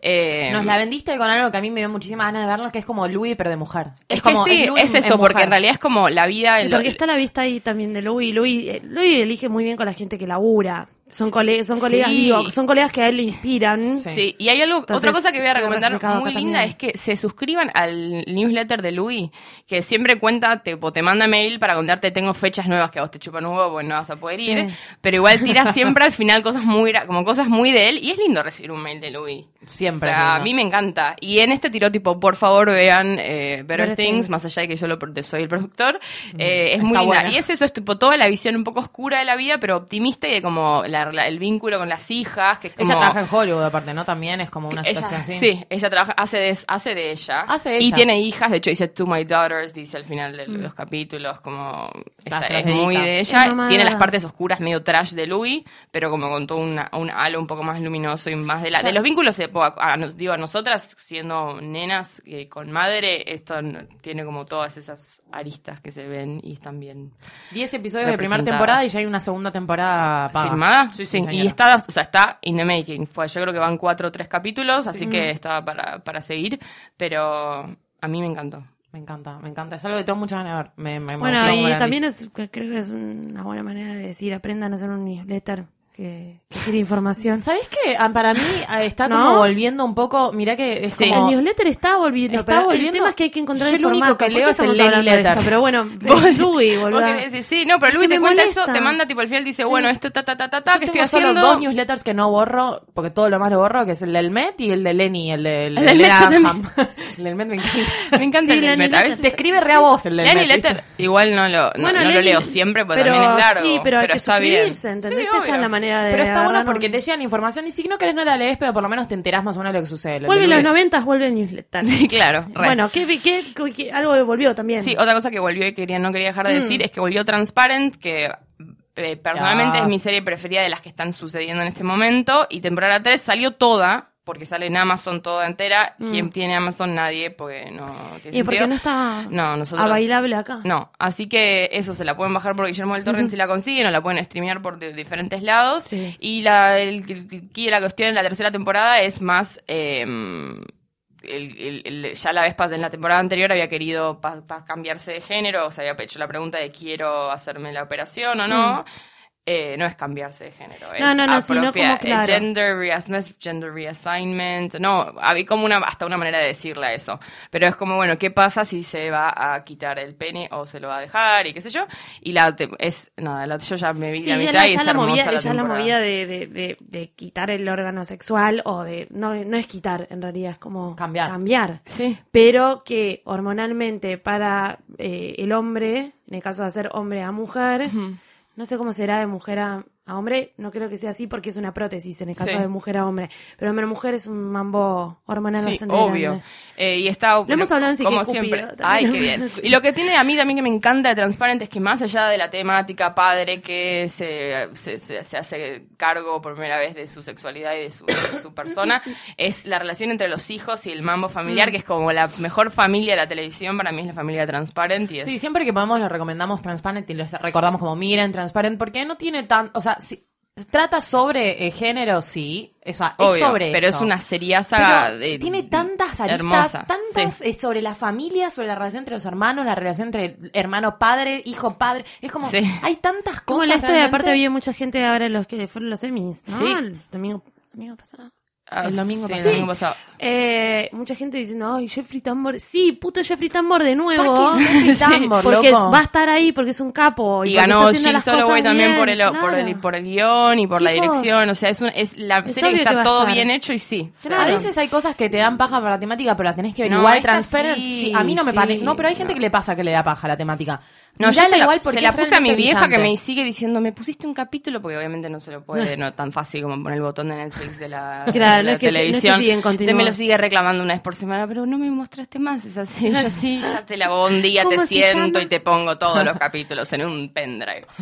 Speaker 4: Eh,
Speaker 3: Nos la vendiste con algo que a mí me dio muchísimas ganas de verlo, que es como Louis, pero de mujer.
Speaker 4: es, que
Speaker 3: como,
Speaker 4: sí,
Speaker 3: Louis
Speaker 4: es eso,
Speaker 3: en
Speaker 4: porque
Speaker 3: mujer.
Speaker 4: en realidad es como la vida.
Speaker 2: Y
Speaker 4: el-
Speaker 2: porque está la vista ahí también de Louis. Louis, eh, Louis elige muy bien con la gente que labura. Son, cole- son colegas,
Speaker 4: Sí.
Speaker 2: digo, son colegas que a él lo inspiran.
Speaker 3: Sí.
Speaker 4: Sí, y hay algo,
Speaker 2: Entonces,
Speaker 4: otra cosa que voy a
Speaker 2: se ve
Speaker 4: recomendar
Speaker 2: reflejado
Speaker 4: muy
Speaker 2: acá
Speaker 4: linda
Speaker 2: también.
Speaker 4: es que se suscriban al newsletter de Louis, que siempre cuenta, te, po- te manda mail para contarte, tengo fechas nuevas que a vos te chupan un huevo porque no vas a poder
Speaker 2: Sí.
Speaker 4: ir, pero igual tira siempre al final cosas muy, gra- como cosas muy de él, y es lindo recibir un mail de Louis. O
Speaker 3: Siempre.
Speaker 4: sea, a
Speaker 3: ¿no?
Speaker 4: mí me encanta. Y en este tiró tipo, por favor vean eh, Better,
Speaker 2: Better
Speaker 4: Things,
Speaker 2: Things.
Speaker 4: más allá de que yo lo, pro- soy el productor. eh, es
Speaker 3: Mm. está
Speaker 4: muy linda.
Speaker 3: buena.
Speaker 4: Y es eso, es tipo toda la visión un poco oscura de la vida, pero optimista y de como la- la- el vínculo con las hijas. Que es
Speaker 3: Ella
Speaker 4: como-
Speaker 3: trabaja en Hollywood, aparte, ¿no? También es como una situación
Speaker 4: ella,
Speaker 3: así.
Speaker 4: sí, ella trabaja, hace de, hace de ella.
Speaker 3: Hace de
Speaker 4: y
Speaker 3: ella.
Speaker 4: tiene hijas, de hecho dice To My Daughters, dice al final de los capítulos, como
Speaker 3: Está,
Speaker 4: esta
Speaker 3: Ah, se las
Speaker 4: es muy
Speaker 3: dedica.
Speaker 4: de
Speaker 2: Es
Speaker 4: ella.
Speaker 2: mamá.
Speaker 4: tiene las partes oscuras medio trash de Louis, pero como con todo una- un halo un poco más luminoso y más de la...
Speaker 3: Ya.
Speaker 4: De los vínculos, eh, po- a- a nos- digo, a nosotras siendo nenas eh, con madre, esto n- tiene como todas esas aristas que se ven y están bien
Speaker 3: 10 episodios de primera
Speaker 4: Representadas.
Speaker 3: temporada y ya hay una segunda temporada paga.
Speaker 4: filmada.
Speaker 3: Sí, sí,
Speaker 4: y
Speaker 3: señora.
Speaker 4: está, o sea, está in the making. Fue, yo creo que van cuatro o tres capítulos, así que está para, para seguir. Pero a mí me encantó.
Speaker 3: Me encanta, me encanta. Es algo que tengo muchas ganas de ver. Me, me
Speaker 2: Bueno,
Speaker 3: emociona
Speaker 2: y
Speaker 3: la
Speaker 2: también es, creo que es una buena manera de decir, aprendan a hacer un newsletter que, que tiene información.
Speaker 3: ¿Sabés qué? Ah, Para mí ah, está
Speaker 2: ¿No?
Speaker 3: como volviendo un poco. Mirá que es
Speaker 4: Sí.
Speaker 3: como.
Speaker 2: El newsletter está volviendo,
Speaker 3: Está
Speaker 2: pero
Speaker 3: volviendo.
Speaker 2: el tema es que hay que encontrar
Speaker 3: Yo
Speaker 2: el
Speaker 3: lo único
Speaker 2: formato.
Speaker 3: que
Speaker 2: ¿Por qué
Speaker 3: leo es
Speaker 2: estamos
Speaker 3: el Daily
Speaker 2: hablando de esto?
Speaker 3: Letter.
Speaker 2: Pero bueno,
Speaker 4: Vos-
Speaker 2: es Louis,
Speaker 4: Vos
Speaker 2: boludo.
Speaker 4: querés decir, sí, no, pero
Speaker 2: Es
Speaker 4: Luis
Speaker 2: que
Speaker 4: te
Speaker 2: me
Speaker 4: cuenta
Speaker 2: molesta.
Speaker 4: eso, te manda tipo el fiel, dice,
Speaker 2: Sí.
Speaker 4: bueno, esto ta ta ta ta ta
Speaker 3: Yo
Speaker 4: que
Speaker 3: tengo
Speaker 4: estoy haciendo.
Speaker 3: solo dos newsletters que no borro, porque todo lo más lo borro, que es el del Met y el de Lenny, el de
Speaker 4: El del Met yo
Speaker 3: Graham.
Speaker 4: también.
Speaker 3: El del Met me encanta.
Speaker 4: Me
Speaker 2: Sí,
Speaker 4: encanta el
Speaker 2: la
Speaker 4: Lenny
Speaker 2: newsletter.
Speaker 4: Letter.
Speaker 3: Te escribe re a vos el del
Speaker 4: Lenny
Speaker 3: Met. ¿viste?
Speaker 4: Letter, igual no lo, no, no lo
Speaker 2: Lenny-
Speaker 4: leo siempre, porque
Speaker 2: pero
Speaker 4: también es largo.
Speaker 2: Sí, pero hay que
Speaker 4: está bien.
Speaker 2: suscribirse, ¿entendés?
Speaker 4: Sí,
Speaker 2: Esa es
Speaker 4: obvio.
Speaker 2: la manera de.
Speaker 3: Pero está bueno
Speaker 2: agarrar
Speaker 3: porque
Speaker 2: un-
Speaker 3: te llega la información y si no querés no la lees, pero por lo menos te enterás más o menos de lo que sucede. Lo
Speaker 2: Vuelve
Speaker 3: lees.
Speaker 2: los noventas, vuelve el newsletter.
Speaker 4: Sí, claro. re.
Speaker 2: Bueno, ¿qué, qué, qué- qué- algo volvió también.
Speaker 4: Sí, otra cosa que volvió y quería, no quería dejar
Speaker 2: Mm.
Speaker 4: de decir es que volvió Transparent, que eh, personalmente
Speaker 3: Ah.
Speaker 4: es mi serie preferida de las que están sucediendo en este momento. Y temporada 3 salió toda, porque sale en Amazon toda entera. Quien tiene Amazon, nadie, porque no tiene
Speaker 2: Mm. y porque
Speaker 4: sentido.
Speaker 2: no está
Speaker 4: No, nosotros-
Speaker 2: a bailable acá.
Speaker 4: No, así que eso se la pueden bajar por Guillermo del Torrent si la consiguen o la pueden streamear por de- diferentes lados.
Speaker 2: Sí.
Speaker 4: Y la, el- el- y la cuestión en la tercera temporada es más. eh, el- el- el- ya la vez pas- en la temporada anterior había querido pa- pa- cambiarse de género, o sea, había hecho la pregunta de quiero hacerme la operación o no. Eh, no es cambiarse de género. es
Speaker 2: No, no, no, sino como
Speaker 4: apropia- eh,
Speaker 2: claro.
Speaker 4: Gender, reas- no es gender reassignment. No, había como una, hasta una manera de decirle a eso. Pero es como, bueno, ¿qué pasa si se va a quitar el pene o se lo va a dejar y qué sé yo? Y la, te- es, nada, la- yo ya me vi
Speaker 2: Sí,
Speaker 4: la
Speaker 2: ya,
Speaker 4: mitad
Speaker 2: la,
Speaker 4: y
Speaker 2: ya
Speaker 4: es
Speaker 2: la
Speaker 4: hermosa
Speaker 2: movida,
Speaker 4: la
Speaker 2: ya la
Speaker 4: temporada.
Speaker 2: movida de, de- de- de quitar el órgano sexual o de. No, no es quitar, en realidad, es como.
Speaker 3: Cambiar.
Speaker 2: Cambiar.
Speaker 4: Sí.
Speaker 2: Pero que hormonalmente para eh, el hombre, en el caso de hacer hombre a mujer, no sé cómo será de mujer a, a hombre, no creo que sea así porque es una prótesis en el caso
Speaker 4: Sí.
Speaker 2: de mujer a hombre. Pero hombre a mujer es un mambo hormonal
Speaker 4: Sí,
Speaker 2: bastante
Speaker 4: obvio.
Speaker 2: grande.
Speaker 4: Eh, y está bueno,
Speaker 2: hemos hablado en Psique
Speaker 4: como
Speaker 2: Cupido
Speaker 4: siempre.
Speaker 2: también.
Speaker 4: Ay, qué bien. Y lo que tiene a mí también que me encanta de Transparente es que más allá de la temática padre que se, se, se- se hace cargo por primera vez de su sexualidad y de su, de su persona, es la relación entre los hijos y el mambo
Speaker 3: Mm.
Speaker 4: familiar, que es como la mejor familia de la televisión, para mí es la familia Transparente. Y es-
Speaker 3: Sí, siempre que podemos le recomendamos Transparent y les recordamos como miren Transparent porque no tiene tan, o sea, si, trata sobre eh, género, sí, o sea, es
Speaker 4: obvio,
Speaker 3: sobre
Speaker 4: pero
Speaker 3: eso.
Speaker 4: es una seriaza
Speaker 3: Pero
Speaker 4: de-
Speaker 3: tiene tantas aristas,
Speaker 4: hermosa,
Speaker 3: tantas
Speaker 4: sí.
Speaker 3: eh, sobre la familia, sobre la relación entre los hermanos, la relación entre hermano padre, hijo padre, es como
Speaker 4: Sí.
Speaker 3: hay tantas cosas.
Speaker 2: Como la esto, y
Speaker 3: realmente.
Speaker 2: aparte había mucha gente ahora los que fueron los semis, ¿no?
Speaker 4: Sí.
Speaker 2: El domingo, domingo pasado.
Speaker 4: Ah,
Speaker 3: el domingo
Speaker 4: sí,
Speaker 3: pasado.
Speaker 4: domingo pasado.
Speaker 2: Eh, mucha gente diciendo, ay, Jeffrey Tambor. Sí, puto Jeffrey Tambor de nuevo.
Speaker 3: Fucking Jeffrey
Speaker 2: Sí,
Speaker 3: Tambor,
Speaker 2: porque
Speaker 3: loco.
Speaker 2: es- va a estar ahí porque es un capo.
Speaker 4: y
Speaker 2: porque
Speaker 4: ganó
Speaker 2: está haciendo
Speaker 4: Jill
Speaker 2: las cosas
Speaker 4: Soloway también
Speaker 2: bien,
Speaker 4: por el, por, el,
Speaker 2: claro.
Speaker 4: por el guión y por la
Speaker 2: Chicos,
Speaker 4: dirección. O sea, es, una, es la
Speaker 2: es
Speaker 4: serie que
Speaker 2: obvio que va
Speaker 4: está
Speaker 2: a
Speaker 4: todo
Speaker 2: estar.
Speaker 4: bien hecho y sí. O sea,
Speaker 2: Claro.
Speaker 3: A veces hay cosas que te dan paja para la temática, pero las tenés que
Speaker 4: No,
Speaker 3: averiguar.
Speaker 4: esta
Speaker 3: Transparent,
Speaker 4: sí,
Speaker 3: sí, a mí no me
Speaker 4: sí,
Speaker 3: parece. No, pero hay gente
Speaker 4: no.
Speaker 3: que le pasa que le da paja a la temática.
Speaker 4: No, yo
Speaker 3: Mirala
Speaker 4: se, la-
Speaker 3: igual
Speaker 4: se
Speaker 3: porque
Speaker 4: la
Speaker 3: es
Speaker 4: puse a mi
Speaker 3: realmente
Speaker 4: vieja que
Speaker 3: brillante.
Speaker 4: me sigue diciendo, me pusiste un capítulo, porque obviamente no se lo puede, no tan fácil como poner el botón de Netflix de la,
Speaker 2: Claro, no
Speaker 4: de la
Speaker 2: es que- no es que
Speaker 4: televisión.
Speaker 2: siguen, continúa.
Speaker 4: me lo sigue reclamando una vez por semana, pero no me mostraste más esa serie. Yo sí, ya te la hago un día, te
Speaker 2: ¿Cómo se
Speaker 4: siento
Speaker 2: llama?
Speaker 4: y te pongo todos los capítulos en un pendrive.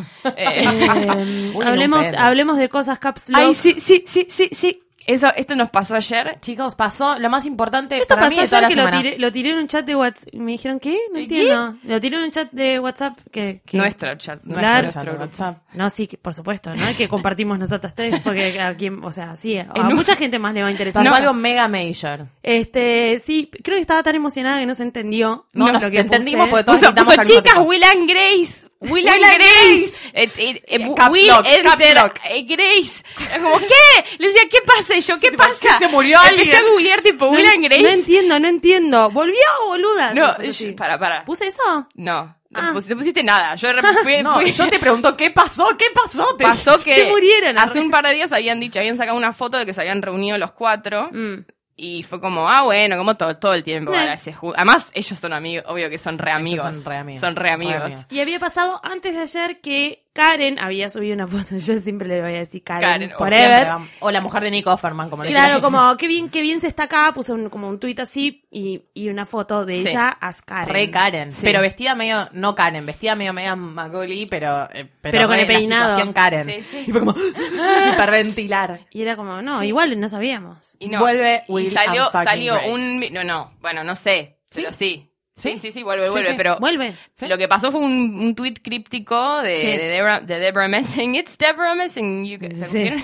Speaker 4: Eh,
Speaker 2: Eh,
Speaker 3: Uy,
Speaker 2: hablemos,
Speaker 3: no, Pedro.
Speaker 2: hablemos de cosas Caps Lock.
Speaker 4: Ay, sí, sí, sí, sí, sí. Eso, esto nos pasó ayer.
Speaker 3: Chicos, pasó lo más importante
Speaker 2: Esto
Speaker 3: para
Speaker 2: pasó
Speaker 3: mí de
Speaker 2: ayer
Speaker 3: toda la
Speaker 2: que lo
Speaker 3: semana.
Speaker 2: tiré, lo tiré en un chat de WhatsApp. Y me dijeron, ¿qué? No entiendo. Lo tiré en un chat de WhatsApp que... que-
Speaker 4: Nuestro chat, nuestro,
Speaker 2: Claro.
Speaker 4: nuestro
Speaker 3: Nuestro
Speaker 4: grupo.
Speaker 3: WhatsApp.
Speaker 2: No, sí, que- por supuesto, ¿no? Que compartimos nosotras tres, porque a quien, o sea, sí, a
Speaker 4: En un-
Speaker 2: mucha gente más le va a interesar.
Speaker 3: Pasó algo mega major.
Speaker 2: Este, sí, creo que estaba tan emocionada que no se entendió.
Speaker 3: No,
Speaker 2: lo
Speaker 3: nos
Speaker 2: que
Speaker 3: entendimos
Speaker 2: puse.
Speaker 3: porque todos
Speaker 4: puso,
Speaker 3: gritamos
Speaker 4: puso,
Speaker 3: al mismo
Speaker 4: chicas,
Speaker 3: tiempo".
Speaker 4: Will and Grace. Will and
Speaker 3: Will and
Speaker 4: Grace. Eh, eh, eh,
Speaker 3: Eh, caps
Speaker 4: Will
Speaker 3: lock, caps
Speaker 4: enter
Speaker 3: lock.
Speaker 4: eh, Grace. Es Como, ¿qué? Le decía, ¿qué pasa? Y yo, ¿qué
Speaker 3: tipo,
Speaker 4: pasa?
Speaker 3: ¿qué? ¿Se murió
Speaker 4: Empecé
Speaker 3: alguien?
Speaker 4: a googlear tipo Will
Speaker 2: No
Speaker 4: and Grace.
Speaker 2: entiendo, no entiendo. Volvió, boluda.
Speaker 4: No,
Speaker 2: Me puso así.
Speaker 4: yo- para, para.
Speaker 2: ¿Puse eso?
Speaker 4: No, no
Speaker 2: Ah.
Speaker 4: pus- no pusiste nada. Yo de repente fui,
Speaker 3: No,
Speaker 4: fui-
Speaker 3: yo te pregunto, ¿qué pasó? ¿Qué pasó? Te-
Speaker 4: pasó que
Speaker 2: Se murieron,
Speaker 4: hace
Speaker 2: arre.
Speaker 4: un par de días habían dicho, habían sacado una foto de que se habían reunido los cuatro.
Speaker 2: Mm.
Speaker 4: Y fue como, ah, bueno, como todo, todo el tiempo.
Speaker 2: Nah.
Speaker 4: ahora ese ju- Además, ellos son amigos, obvio que son re amigos.
Speaker 3: son re amigos,
Speaker 4: Son re
Speaker 3: re
Speaker 4: amigos.
Speaker 3: amigos.
Speaker 2: Y había pasado antes de ayer que Karen había subido una foto. Yo siempre le voy a decir Karen,
Speaker 4: Karen, o
Speaker 2: forever.
Speaker 3: Siempre vamos. O la mujer de Nick Offerman, como le
Speaker 2: Claro,
Speaker 3: quieras
Speaker 2: como qué bien, qué bien se está acá, puso un- como un tuit así y, y una foto de
Speaker 4: Sí.
Speaker 2: ella a Karen.
Speaker 3: decir. Re Karen.
Speaker 4: Sí.
Speaker 3: Pero vestida medio, no Karen, vestida medio Megan Macaulay, pero, eh,
Speaker 2: Pero con
Speaker 3: re
Speaker 2: el
Speaker 3: la
Speaker 2: peinado.
Speaker 3: situación Karen.
Speaker 4: Sí, sí.
Speaker 3: Y fue como, hiperventilar.
Speaker 2: Y era como, no, igual no sabíamos.
Speaker 4: Y no.
Speaker 3: Vuelve
Speaker 4: y
Speaker 3: Will
Speaker 4: salió,
Speaker 3: and fucking
Speaker 4: salió
Speaker 3: Grace.
Speaker 4: un. mi- No, no, bueno, no sé, pero sí. Sí,
Speaker 3: ¿Sí?
Speaker 4: sí, sí, vuelve,
Speaker 3: Sí,
Speaker 4: vuelve,
Speaker 3: sí.
Speaker 4: pero
Speaker 2: Vuelve.
Speaker 3: Sí.
Speaker 4: lo que pasó fue un, un tuit críptico de,
Speaker 2: Sí.
Speaker 4: de, Deborah, de Deborah Messing. It's Deborah Messing, you guys. ¿se
Speaker 2: Sí.
Speaker 4: vieron?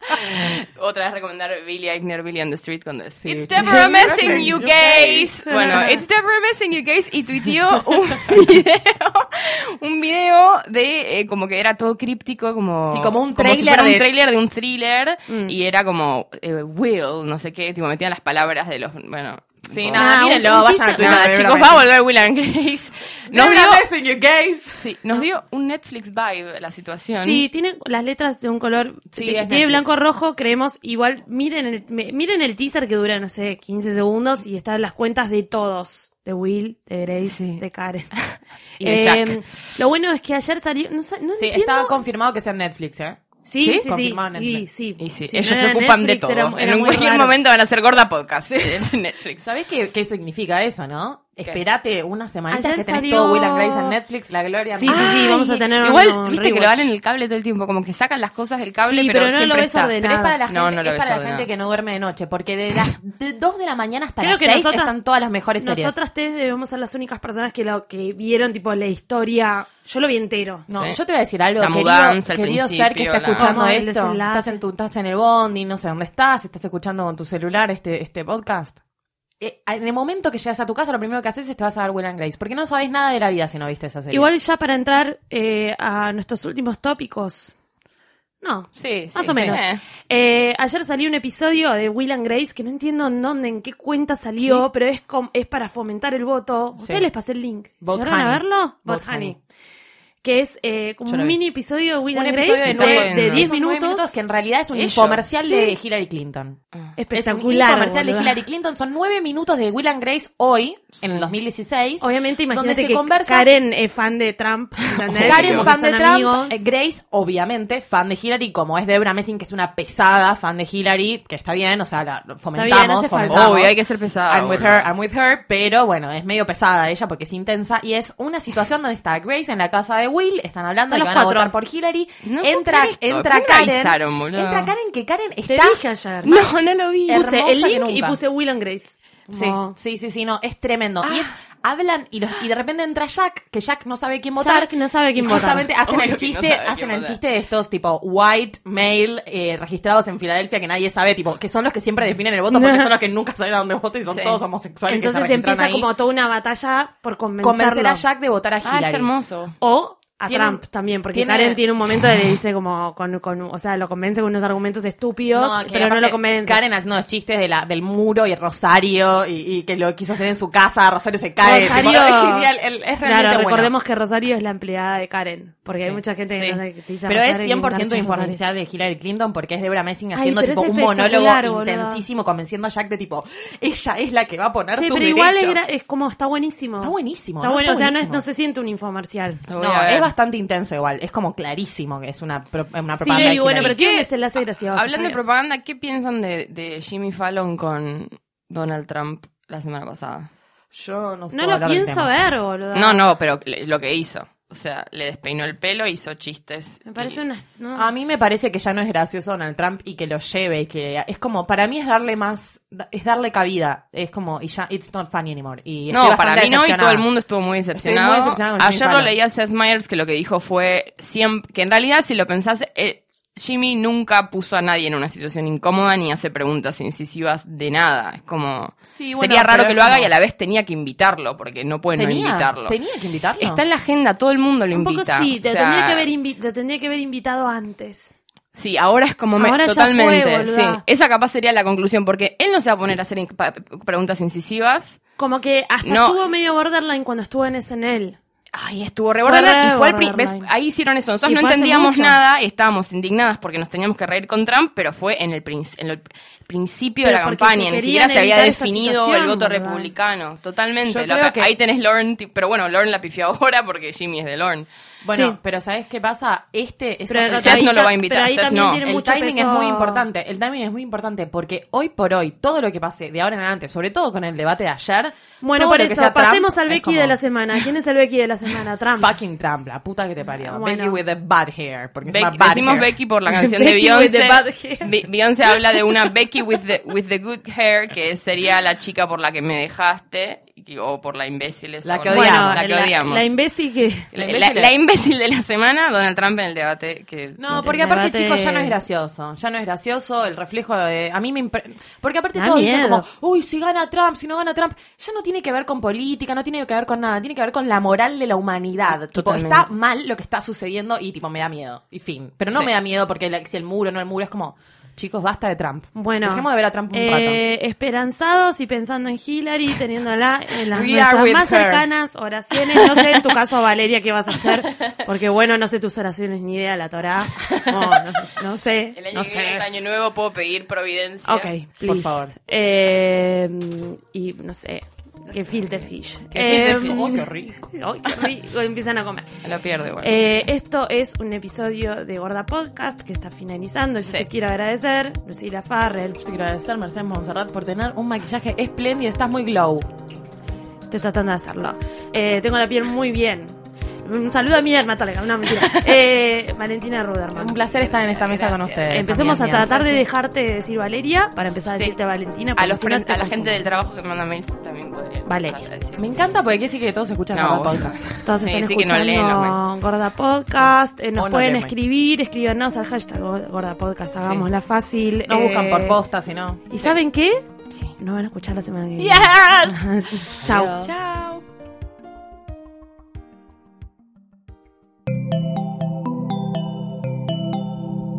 Speaker 4: Otra vez recomendar Billy Eichner, Billy on the Street cuando es It's Deborah Messing, you guys. Bueno, It's Deborah Messing, you guys. Y tuiteó un video, un video de eh, como que era todo críptico, como,
Speaker 3: Sí, como un
Speaker 4: si
Speaker 3: tráiler
Speaker 4: fuera un
Speaker 3: de- Mm.
Speaker 4: tráiler de un thriller. Y era como eh, Will, no sé qué, tipo metían las palabras de los. Bueno.
Speaker 3: Sí,
Speaker 4: tipo,
Speaker 2: Ah,
Speaker 3: nada,
Speaker 2: un-
Speaker 3: mírenlo,
Speaker 2: un
Speaker 3: vayan a
Speaker 2: teaser.
Speaker 3: Twitter.
Speaker 4: Nada,
Speaker 3: de
Speaker 4: chicos,
Speaker 3: Deborah
Speaker 4: va a volver Will and Grace. Nos
Speaker 3: Deborah
Speaker 4: dio,
Speaker 3: Messing, you guys.
Speaker 4: sí, nos dio un Netflix vibe la situación.
Speaker 2: Sí, tiene las letras de un color. t-
Speaker 3: Sí, es
Speaker 2: tiene
Speaker 3: Netflix.
Speaker 2: blanco rojo, creemos. Igual, miren el, me- miren el teaser que dura, no sé, 15 segundos y están las cuentas de todos. De Will, de Grace,
Speaker 4: Sí.
Speaker 2: de Karen. Em,
Speaker 4: Y de
Speaker 2: Lo bueno es que ayer salió. No, sé- no
Speaker 3: Sí,
Speaker 2: entiendo.
Speaker 3: estaba confirmado que sea en Netflix, ¿eh?
Speaker 2: Sí,
Speaker 4: ¿Sí?
Speaker 2: sí, sí.
Speaker 3: Confirmado en
Speaker 2: Y,
Speaker 3: Netflix.
Speaker 2: sí.
Speaker 4: Y sí,
Speaker 2: Si no
Speaker 4: ellos se
Speaker 2: era
Speaker 4: ocupan de
Speaker 2: Netflix,
Speaker 4: todo.
Speaker 2: era- era
Speaker 4: en
Speaker 2: muy
Speaker 4: cualquier
Speaker 2: raro.
Speaker 4: momento van a ser gorda podcast en Netflix.
Speaker 3: ¿Sabés qué, qué significa eso, no? Espérate unas semanitas
Speaker 2: Ayer
Speaker 3: que tenés
Speaker 2: salió-
Speaker 3: todo Will and Grace en Netflix, la gloria.
Speaker 2: Sí, sí, sí,
Speaker 4: Ay,
Speaker 2: vamos a tener
Speaker 4: Ah, Igual,
Speaker 2: un
Speaker 4: viste que lo
Speaker 2: rewatch.
Speaker 4: dan en el cable todo el tiempo, como que sacan las cosas del cable,
Speaker 2: Sí,
Speaker 4: pero,
Speaker 2: pero no lo
Speaker 4: siempre
Speaker 2: ves
Speaker 4: está.
Speaker 2: ordenado.
Speaker 3: Pero es para la gente,
Speaker 4: No, no
Speaker 3: es
Speaker 4: lo ves
Speaker 3: para la
Speaker 4: ordenado.
Speaker 3: gente que no duerme de noche, porque de las de 2 de la mañana hasta
Speaker 2: Creo
Speaker 3: las
Speaker 2: que
Speaker 3: 6
Speaker 2: nosotras-
Speaker 3: están todas las mejores series.
Speaker 2: Nosotras tres debemos ser las únicas personas que lo que vieron tipo la historia. Yo lo vi entero.
Speaker 3: No,
Speaker 4: Sí.
Speaker 3: yo te voy a decir algo,
Speaker 4: La
Speaker 3: querido,
Speaker 4: mudanza al
Speaker 3: querido
Speaker 4: principio,
Speaker 3: ser que está
Speaker 4: la-
Speaker 3: escuchando
Speaker 2: Como el
Speaker 3: esto,
Speaker 2: desenlace.
Speaker 3: estás en, tu, estás en el bondi, no sé dónde estás, estás escuchando con tu celular este, este podcast. Eh, en el momento que llegas a tu casa, lo primero que haces es te vas a dar Will and Grace, porque no sabés nada de la vida si no viste esa serie.
Speaker 2: Igual ya para entrar eh, a nuestros últimos tópicos. No.
Speaker 4: Sí, sí,
Speaker 2: Más o
Speaker 4: sí.
Speaker 2: menos.
Speaker 4: Eh.
Speaker 2: Eh, ayer salió un episodio de Will and Grace que no entiendo en dónde, en qué cuenta salió, pero es com- es para fomentar el voto. Ustedes
Speaker 3: Sí.
Speaker 2: les pasé el link.
Speaker 3: Vote
Speaker 2: ¿Llegaron a
Speaker 3: Honey.
Speaker 2: verlo?
Speaker 3: Vote
Speaker 2: Vote Honey.
Speaker 3: Honey.
Speaker 2: Que es eh, como
Speaker 3: Yo lo
Speaker 2: un
Speaker 3: vi.
Speaker 2: mini episodio de Will
Speaker 3: un
Speaker 2: and
Speaker 3: episodio
Speaker 2: Grace
Speaker 3: de,
Speaker 4: Está
Speaker 2: de-
Speaker 3: nueve,
Speaker 4: bueno.
Speaker 2: de 10
Speaker 3: son nueve
Speaker 2: minutos.
Speaker 3: que en realidad es un
Speaker 4: Ellos.
Speaker 3: infomercial de
Speaker 2: Sí.
Speaker 3: Hillary Clinton.
Speaker 4: Ah.
Speaker 2: Espectacular.
Speaker 3: Es un infomercial de
Speaker 2: boluda.
Speaker 3: Hillary Clinton. Son nueve minutos de Will and Grace hoy, en el 2016.
Speaker 2: Obviamente,
Speaker 3: donde
Speaker 2: imagínate
Speaker 3: se
Speaker 2: que
Speaker 3: conversa-
Speaker 2: Karen es fan de Trump. ¿entendés?
Speaker 3: Karen,
Speaker 2: Como
Speaker 3: fan
Speaker 2: que
Speaker 3: de
Speaker 2: son
Speaker 3: Trump.
Speaker 2: amigos.
Speaker 3: eh, Grace, obviamente, fan de Hillary, como es Debra Messing, que es una pesada fan de Hillary, que está bien, o sea, la la fomentamos.
Speaker 2: bien, hace falta.
Speaker 3: fomentamos.
Speaker 4: Obvio, hay que ser pesada,
Speaker 3: I'm with
Speaker 4: boludo.
Speaker 3: her, I'm with her, pero bueno, es medio pesada ella porque es intensa y es una situación donde está Grace en la casa de Will, están hablando
Speaker 2: Están
Speaker 3: de
Speaker 2: los
Speaker 3: que van a
Speaker 2: cuatro.
Speaker 3: votar por Hillary.
Speaker 4: No puedo
Speaker 3: entra
Speaker 4: creer esto. ¿Por
Speaker 3: entra
Speaker 4: qué no
Speaker 3: Karen.
Speaker 4: avisaron, boludo?
Speaker 3: entra Karen, que Karen
Speaker 2: Te
Speaker 3: está.
Speaker 2: dije ayer.
Speaker 4: No, no lo vi.
Speaker 3: Hermosa
Speaker 2: puse el
Speaker 3: que
Speaker 2: link y
Speaker 3: nunca.
Speaker 2: puse Will and Grace.
Speaker 3: Sí,
Speaker 2: Como- Ah.
Speaker 3: sí, sí, sí, no, es tremendo. Y es, hablan y, los, y de repente entra Jack, que Jack no sabe quién votar.
Speaker 2: Jack no sabe quién
Speaker 3: Y
Speaker 2: votar.
Speaker 3: Justamente hacen
Speaker 4: Obvio
Speaker 3: el
Speaker 4: que no
Speaker 3: chiste,
Speaker 4: sabe quién
Speaker 3: hacen el
Speaker 4: votar.
Speaker 3: chiste de estos tipo white male eh, registrados en Filadelfia que nadie sabe, tipo, que son los que siempre definen el voto porque son los que nunca saben a dónde votan y son
Speaker 4: Sí.
Speaker 3: todos homosexuales. que se
Speaker 2: Entonces
Speaker 3: registran
Speaker 2: empieza
Speaker 3: ahí.
Speaker 2: como toda una batalla por convencerlo.
Speaker 3: convencer a Jack de votar a Hillary.
Speaker 4: Ah, es hermoso.
Speaker 2: O a
Speaker 3: Tiene-
Speaker 2: Trump también, porque
Speaker 3: tiene-
Speaker 2: Karen tiene un momento de le dice como, con, con- o sea, lo convence con unos argumentos estúpidos,
Speaker 3: que
Speaker 2: pero no
Speaker 3: aparte
Speaker 2: lo convence.
Speaker 3: Karen haciendo los chistes de la, del muro y Rosario y, y que lo quiso hacer en su casa, Rosario se cae.
Speaker 2: Rosario-
Speaker 3: tipo, es genial, él- es realmente
Speaker 2: claro,
Speaker 3: bueno.
Speaker 2: recordemos que Rosario es la empleada de Karen, porque hay
Speaker 3: Sí,
Speaker 2: mucha gente que
Speaker 4: sí.
Speaker 2: no sabe que te dice
Speaker 3: Pero
Speaker 2: Rosario
Speaker 3: es
Speaker 2: y nunca
Speaker 3: 100%
Speaker 2: escucha Rosario.
Speaker 3: infomercial de Hillary Clinton porque es Debra Messing
Speaker 2: Ay,
Speaker 3: haciendo
Speaker 2: pero
Speaker 3: tipo
Speaker 2: es
Speaker 3: un monólogo
Speaker 2: espectacular, boluda.
Speaker 3: intensísimo convenciendo a Jack de tipo, ella es la que va a poner
Speaker 2: Sí,
Speaker 3: tus
Speaker 2: pero igual es,
Speaker 3: derechos.
Speaker 2: gra- es como, está buenísimo.
Speaker 3: Está buenísimo.
Speaker 2: Está
Speaker 3: ¿no?
Speaker 2: bueno, o sea, no, es-
Speaker 3: buenísimo.
Speaker 2: no se siente un infomercial.
Speaker 4: Lo voy
Speaker 3: No,
Speaker 4: a ver.
Speaker 3: es bastante intenso igual. Es como clarísimo que es una, pro- una
Speaker 2: Sí,
Speaker 3: propaganda. de
Speaker 2: bueno, pero
Speaker 3: Hillary.
Speaker 2: tiene un
Speaker 4: ¿Qué?
Speaker 2: desenlace gracioso.
Speaker 4: Hablando de
Speaker 2: está bien.
Speaker 4: propaganda, ¿qué piensan de, de Jimmy Fallon con Donald Trump la semana pasada?
Speaker 3: Yo no,
Speaker 2: No lo pienso ver, boludo.
Speaker 4: No,
Speaker 3: Ah.
Speaker 4: no, pero le- lo que hizo. O sea, le despeinó el pelo, hizo chistes.
Speaker 2: Me parece
Speaker 4: y-
Speaker 2: una... no.
Speaker 3: A mí me parece que ya no es gracioso Donald Trump y que lo lleve y que es como para mí es darle más da- es darle cabida es como y ya it's not funny anymore y estoy
Speaker 4: No, para
Speaker 3: bastante
Speaker 4: mí no, y todo
Speaker 3: decepcionada.
Speaker 4: el mundo estuvo muy decepcionado.
Speaker 3: muy decepcionada con Jimmy
Speaker 4: Ayer lo
Speaker 3: Fallon.
Speaker 4: leí a Seth Meyers que lo que dijo fue siempre, que en realidad, si lo pensás, eh, Jimmy nunca puso a nadie en una situación incómoda ni hace preguntas incisivas de nada. Es como.
Speaker 3: Sí, bueno,
Speaker 4: sería
Speaker 3: pero
Speaker 4: raro que
Speaker 3: es
Speaker 4: lo haga
Speaker 3: como-
Speaker 4: y a la vez tenía que invitarlo, porque no puede
Speaker 3: tenía
Speaker 4: no invitarlo.
Speaker 3: tenía que invitarlo.
Speaker 4: Está en la agenda, todo el mundo lo
Speaker 2: Un
Speaker 4: invita.
Speaker 2: poco sí, te
Speaker 4: o sea,
Speaker 2: tendría que haber invi- lo tendría que haber invitado antes.
Speaker 4: Sí, ahora es como me-
Speaker 2: Ahora ya fue,
Speaker 4: totalmente.
Speaker 2: boluda.
Speaker 4: sí. Esa capaz sería la conclusión, porque él no se va a poner a hacer in- pa- preguntas incisivas.
Speaker 2: Como que hasta
Speaker 4: No.
Speaker 2: estuvo medio borderline cuando estuvo en SNL.
Speaker 4: Ay, estuvo re
Speaker 2: Fue
Speaker 4: borderline,
Speaker 2: re
Speaker 4: y fue el pri-
Speaker 2: borderline.
Speaker 4: ves, Ahí hicieron eso. Nosotros
Speaker 2: Y
Speaker 4: no
Speaker 2: fue hace
Speaker 4: entendíamos
Speaker 2: mucho.
Speaker 4: nada y estábamos indignadas porque nos teníamos que reír con Trump, pero fue en el, princ- en el principio
Speaker 2: Pero
Speaker 4: de la
Speaker 2: porque
Speaker 4: campaña.
Speaker 2: se
Speaker 4: Ni siquiera
Speaker 2: querían
Speaker 4: se había
Speaker 2: evitar esta
Speaker 4: definido
Speaker 2: situación,
Speaker 4: el voto
Speaker 2: boluda.
Speaker 4: republicano. Totalmente.
Speaker 3: Yo
Speaker 4: loca.
Speaker 3: creo que-
Speaker 4: Ahí tenés Lauren, ti- pero bueno, Lauren la pifió ahora porque Jimmy es de Lauren.
Speaker 3: Bueno,
Speaker 2: Sí.
Speaker 3: pero ¿sabes qué pasa? Este es
Speaker 2: Pero
Speaker 3: el-
Speaker 4: Seth no lo va a
Speaker 2: ta-
Speaker 4: invitar,
Speaker 2: pero ahí
Speaker 4: Seth
Speaker 2: también
Speaker 4: no.
Speaker 2: tiene
Speaker 3: El
Speaker 2: mucho
Speaker 3: timing
Speaker 2: peso-
Speaker 3: es muy importante. El timing es muy importante porque hoy por hoy, todo lo que pase de ahora en adelante, sobre todo con el debate de ayer.
Speaker 2: Bueno,
Speaker 3: todo
Speaker 2: por
Speaker 3: lo que
Speaker 2: eso,
Speaker 3: sea Trump
Speaker 2: pasemos al
Speaker 3: es
Speaker 2: Becky
Speaker 3: como
Speaker 2: de la semana. ¿Quién es el Becky de la semana? Trump.
Speaker 3: Fucking Trump, la puta que te parió.
Speaker 2: Bueno.
Speaker 3: Becky with the bad hair. Porque se
Speaker 4: Becky-
Speaker 3: llama bad
Speaker 4: decimos
Speaker 3: hair.
Speaker 4: Becky por la canción de
Speaker 2: Becky with the
Speaker 4: Beyoncé.
Speaker 2: bad hair.
Speaker 4: Be- Beyoncé habla de una Becky with the, with the good hair, que sería la chica por la que me dejaste, y- o por la imbécil esa,
Speaker 3: La que
Speaker 4: o no,
Speaker 3: odiamos.
Speaker 4: la que
Speaker 2: la,
Speaker 4: odiamos.
Speaker 2: la imbécil que...
Speaker 3: La
Speaker 4: La, la-
Speaker 3: imbécil.
Speaker 4: la imbécil de la semana, Donald Trump en el debate. Que
Speaker 3: No,
Speaker 4: tiene-
Speaker 3: porque
Speaker 2: El
Speaker 3: aparte,
Speaker 2: debate-
Speaker 3: chicos, ya no es gracioso. Ya no es gracioso el reflejo de. A mí me. impre- Porque aparte
Speaker 2: Da
Speaker 3: todo dice
Speaker 2: miedo.
Speaker 3: como, uy, si gana Trump, si no gana Trump. Ya no tiene que ver con política, no tiene que ver con nada. Tiene que ver con la moral de la humanidad. Tipo,
Speaker 4: Totalmente.
Speaker 3: está mal lo que está sucediendo y, tipo, me da miedo. Y fin. Pero no
Speaker 4: Sí.
Speaker 3: me da miedo porque la- si el muro, no el muro, es como, chicos, basta de Trump.
Speaker 2: Bueno,
Speaker 3: Dejemos de ver a Trump un rato.
Speaker 2: eh, esperanzados y pensando en Hillary, teniéndola en las
Speaker 3: We
Speaker 2: nuestras
Speaker 3: are with
Speaker 2: más
Speaker 3: her.
Speaker 2: cercanas oraciones. No sé en tu caso, Valeria, qué vas a hacer, porque bueno, no sé tus oraciones ni idea, la Torá. No, no, no sé.
Speaker 4: El año
Speaker 2: no
Speaker 4: que
Speaker 2: sé.
Speaker 4: viene es año nuevo, puedo pedir providencia.
Speaker 2: Ok, please.
Speaker 3: Por favor.
Speaker 2: Eh, y no sé, que filte fish.
Speaker 4: Que
Speaker 2: em,
Speaker 4: fill the
Speaker 3: Oh,
Speaker 4: fish.
Speaker 3: qué rico.
Speaker 2: Ay, qué rico, empiezan a comer.
Speaker 4: Lo pierdo igual.
Speaker 2: Eh, esto es un episodio de Gorda Podcast que está finalizando. Yo
Speaker 4: Sí.
Speaker 2: te quiero agradecer, Lucila Farrell.
Speaker 3: Yo te quiero agradecer, Mercedes Monserrat, por tener un maquillaje espléndido. Estás muy glow.
Speaker 2: Estoy tratando de hacerlo. Eh, tengo la piel muy bien. Un saludo a mi dermatóloga, una mentira. Eh, Valentina Ruderman.
Speaker 3: Un placer estar en esta mesa con
Speaker 4: Gracias.
Speaker 3: ustedes.
Speaker 2: Empecemos a
Speaker 3: amigas mías.
Speaker 2: tratar de dejarte de decir Valeria para empezar a
Speaker 4: Sí.
Speaker 2: decirte Valentina.
Speaker 4: a,
Speaker 2: porque
Speaker 4: los
Speaker 2: si no
Speaker 4: fren-
Speaker 2: te
Speaker 4: a la gente
Speaker 2: confundo.
Speaker 4: del trabajo que manda mails también podría
Speaker 2: Valeria.
Speaker 4: empezar a decir.
Speaker 3: Me encanta porque quiere decir que todos escuchan
Speaker 4: No,
Speaker 3: cada
Speaker 4: vos-
Speaker 3: podcast.
Speaker 2: Todos están
Speaker 4: Sí, sí que no
Speaker 2: escuchando
Speaker 4: leen los mails.
Speaker 2: Gorda Podcast. Eh, nos
Speaker 3: O no
Speaker 2: pueden
Speaker 3: leen mails.
Speaker 2: escribir, escríbanos al hashtag Go- Gorda Podcast. Hagámosla fácil.
Speaker 3: No buscan
Speaker 4: Eh,
Speaker 3: por
Speaker 2: post.
Speaker 3: posta, sino.
Speaker 2: ¿Y saben qué?
Speaker 4: Sí.
Speaker 2: Nos van a escuchar la semana que viene.
Speaker 4: Yes.
Speaker 2: Chao.
Speaker 4: Chao.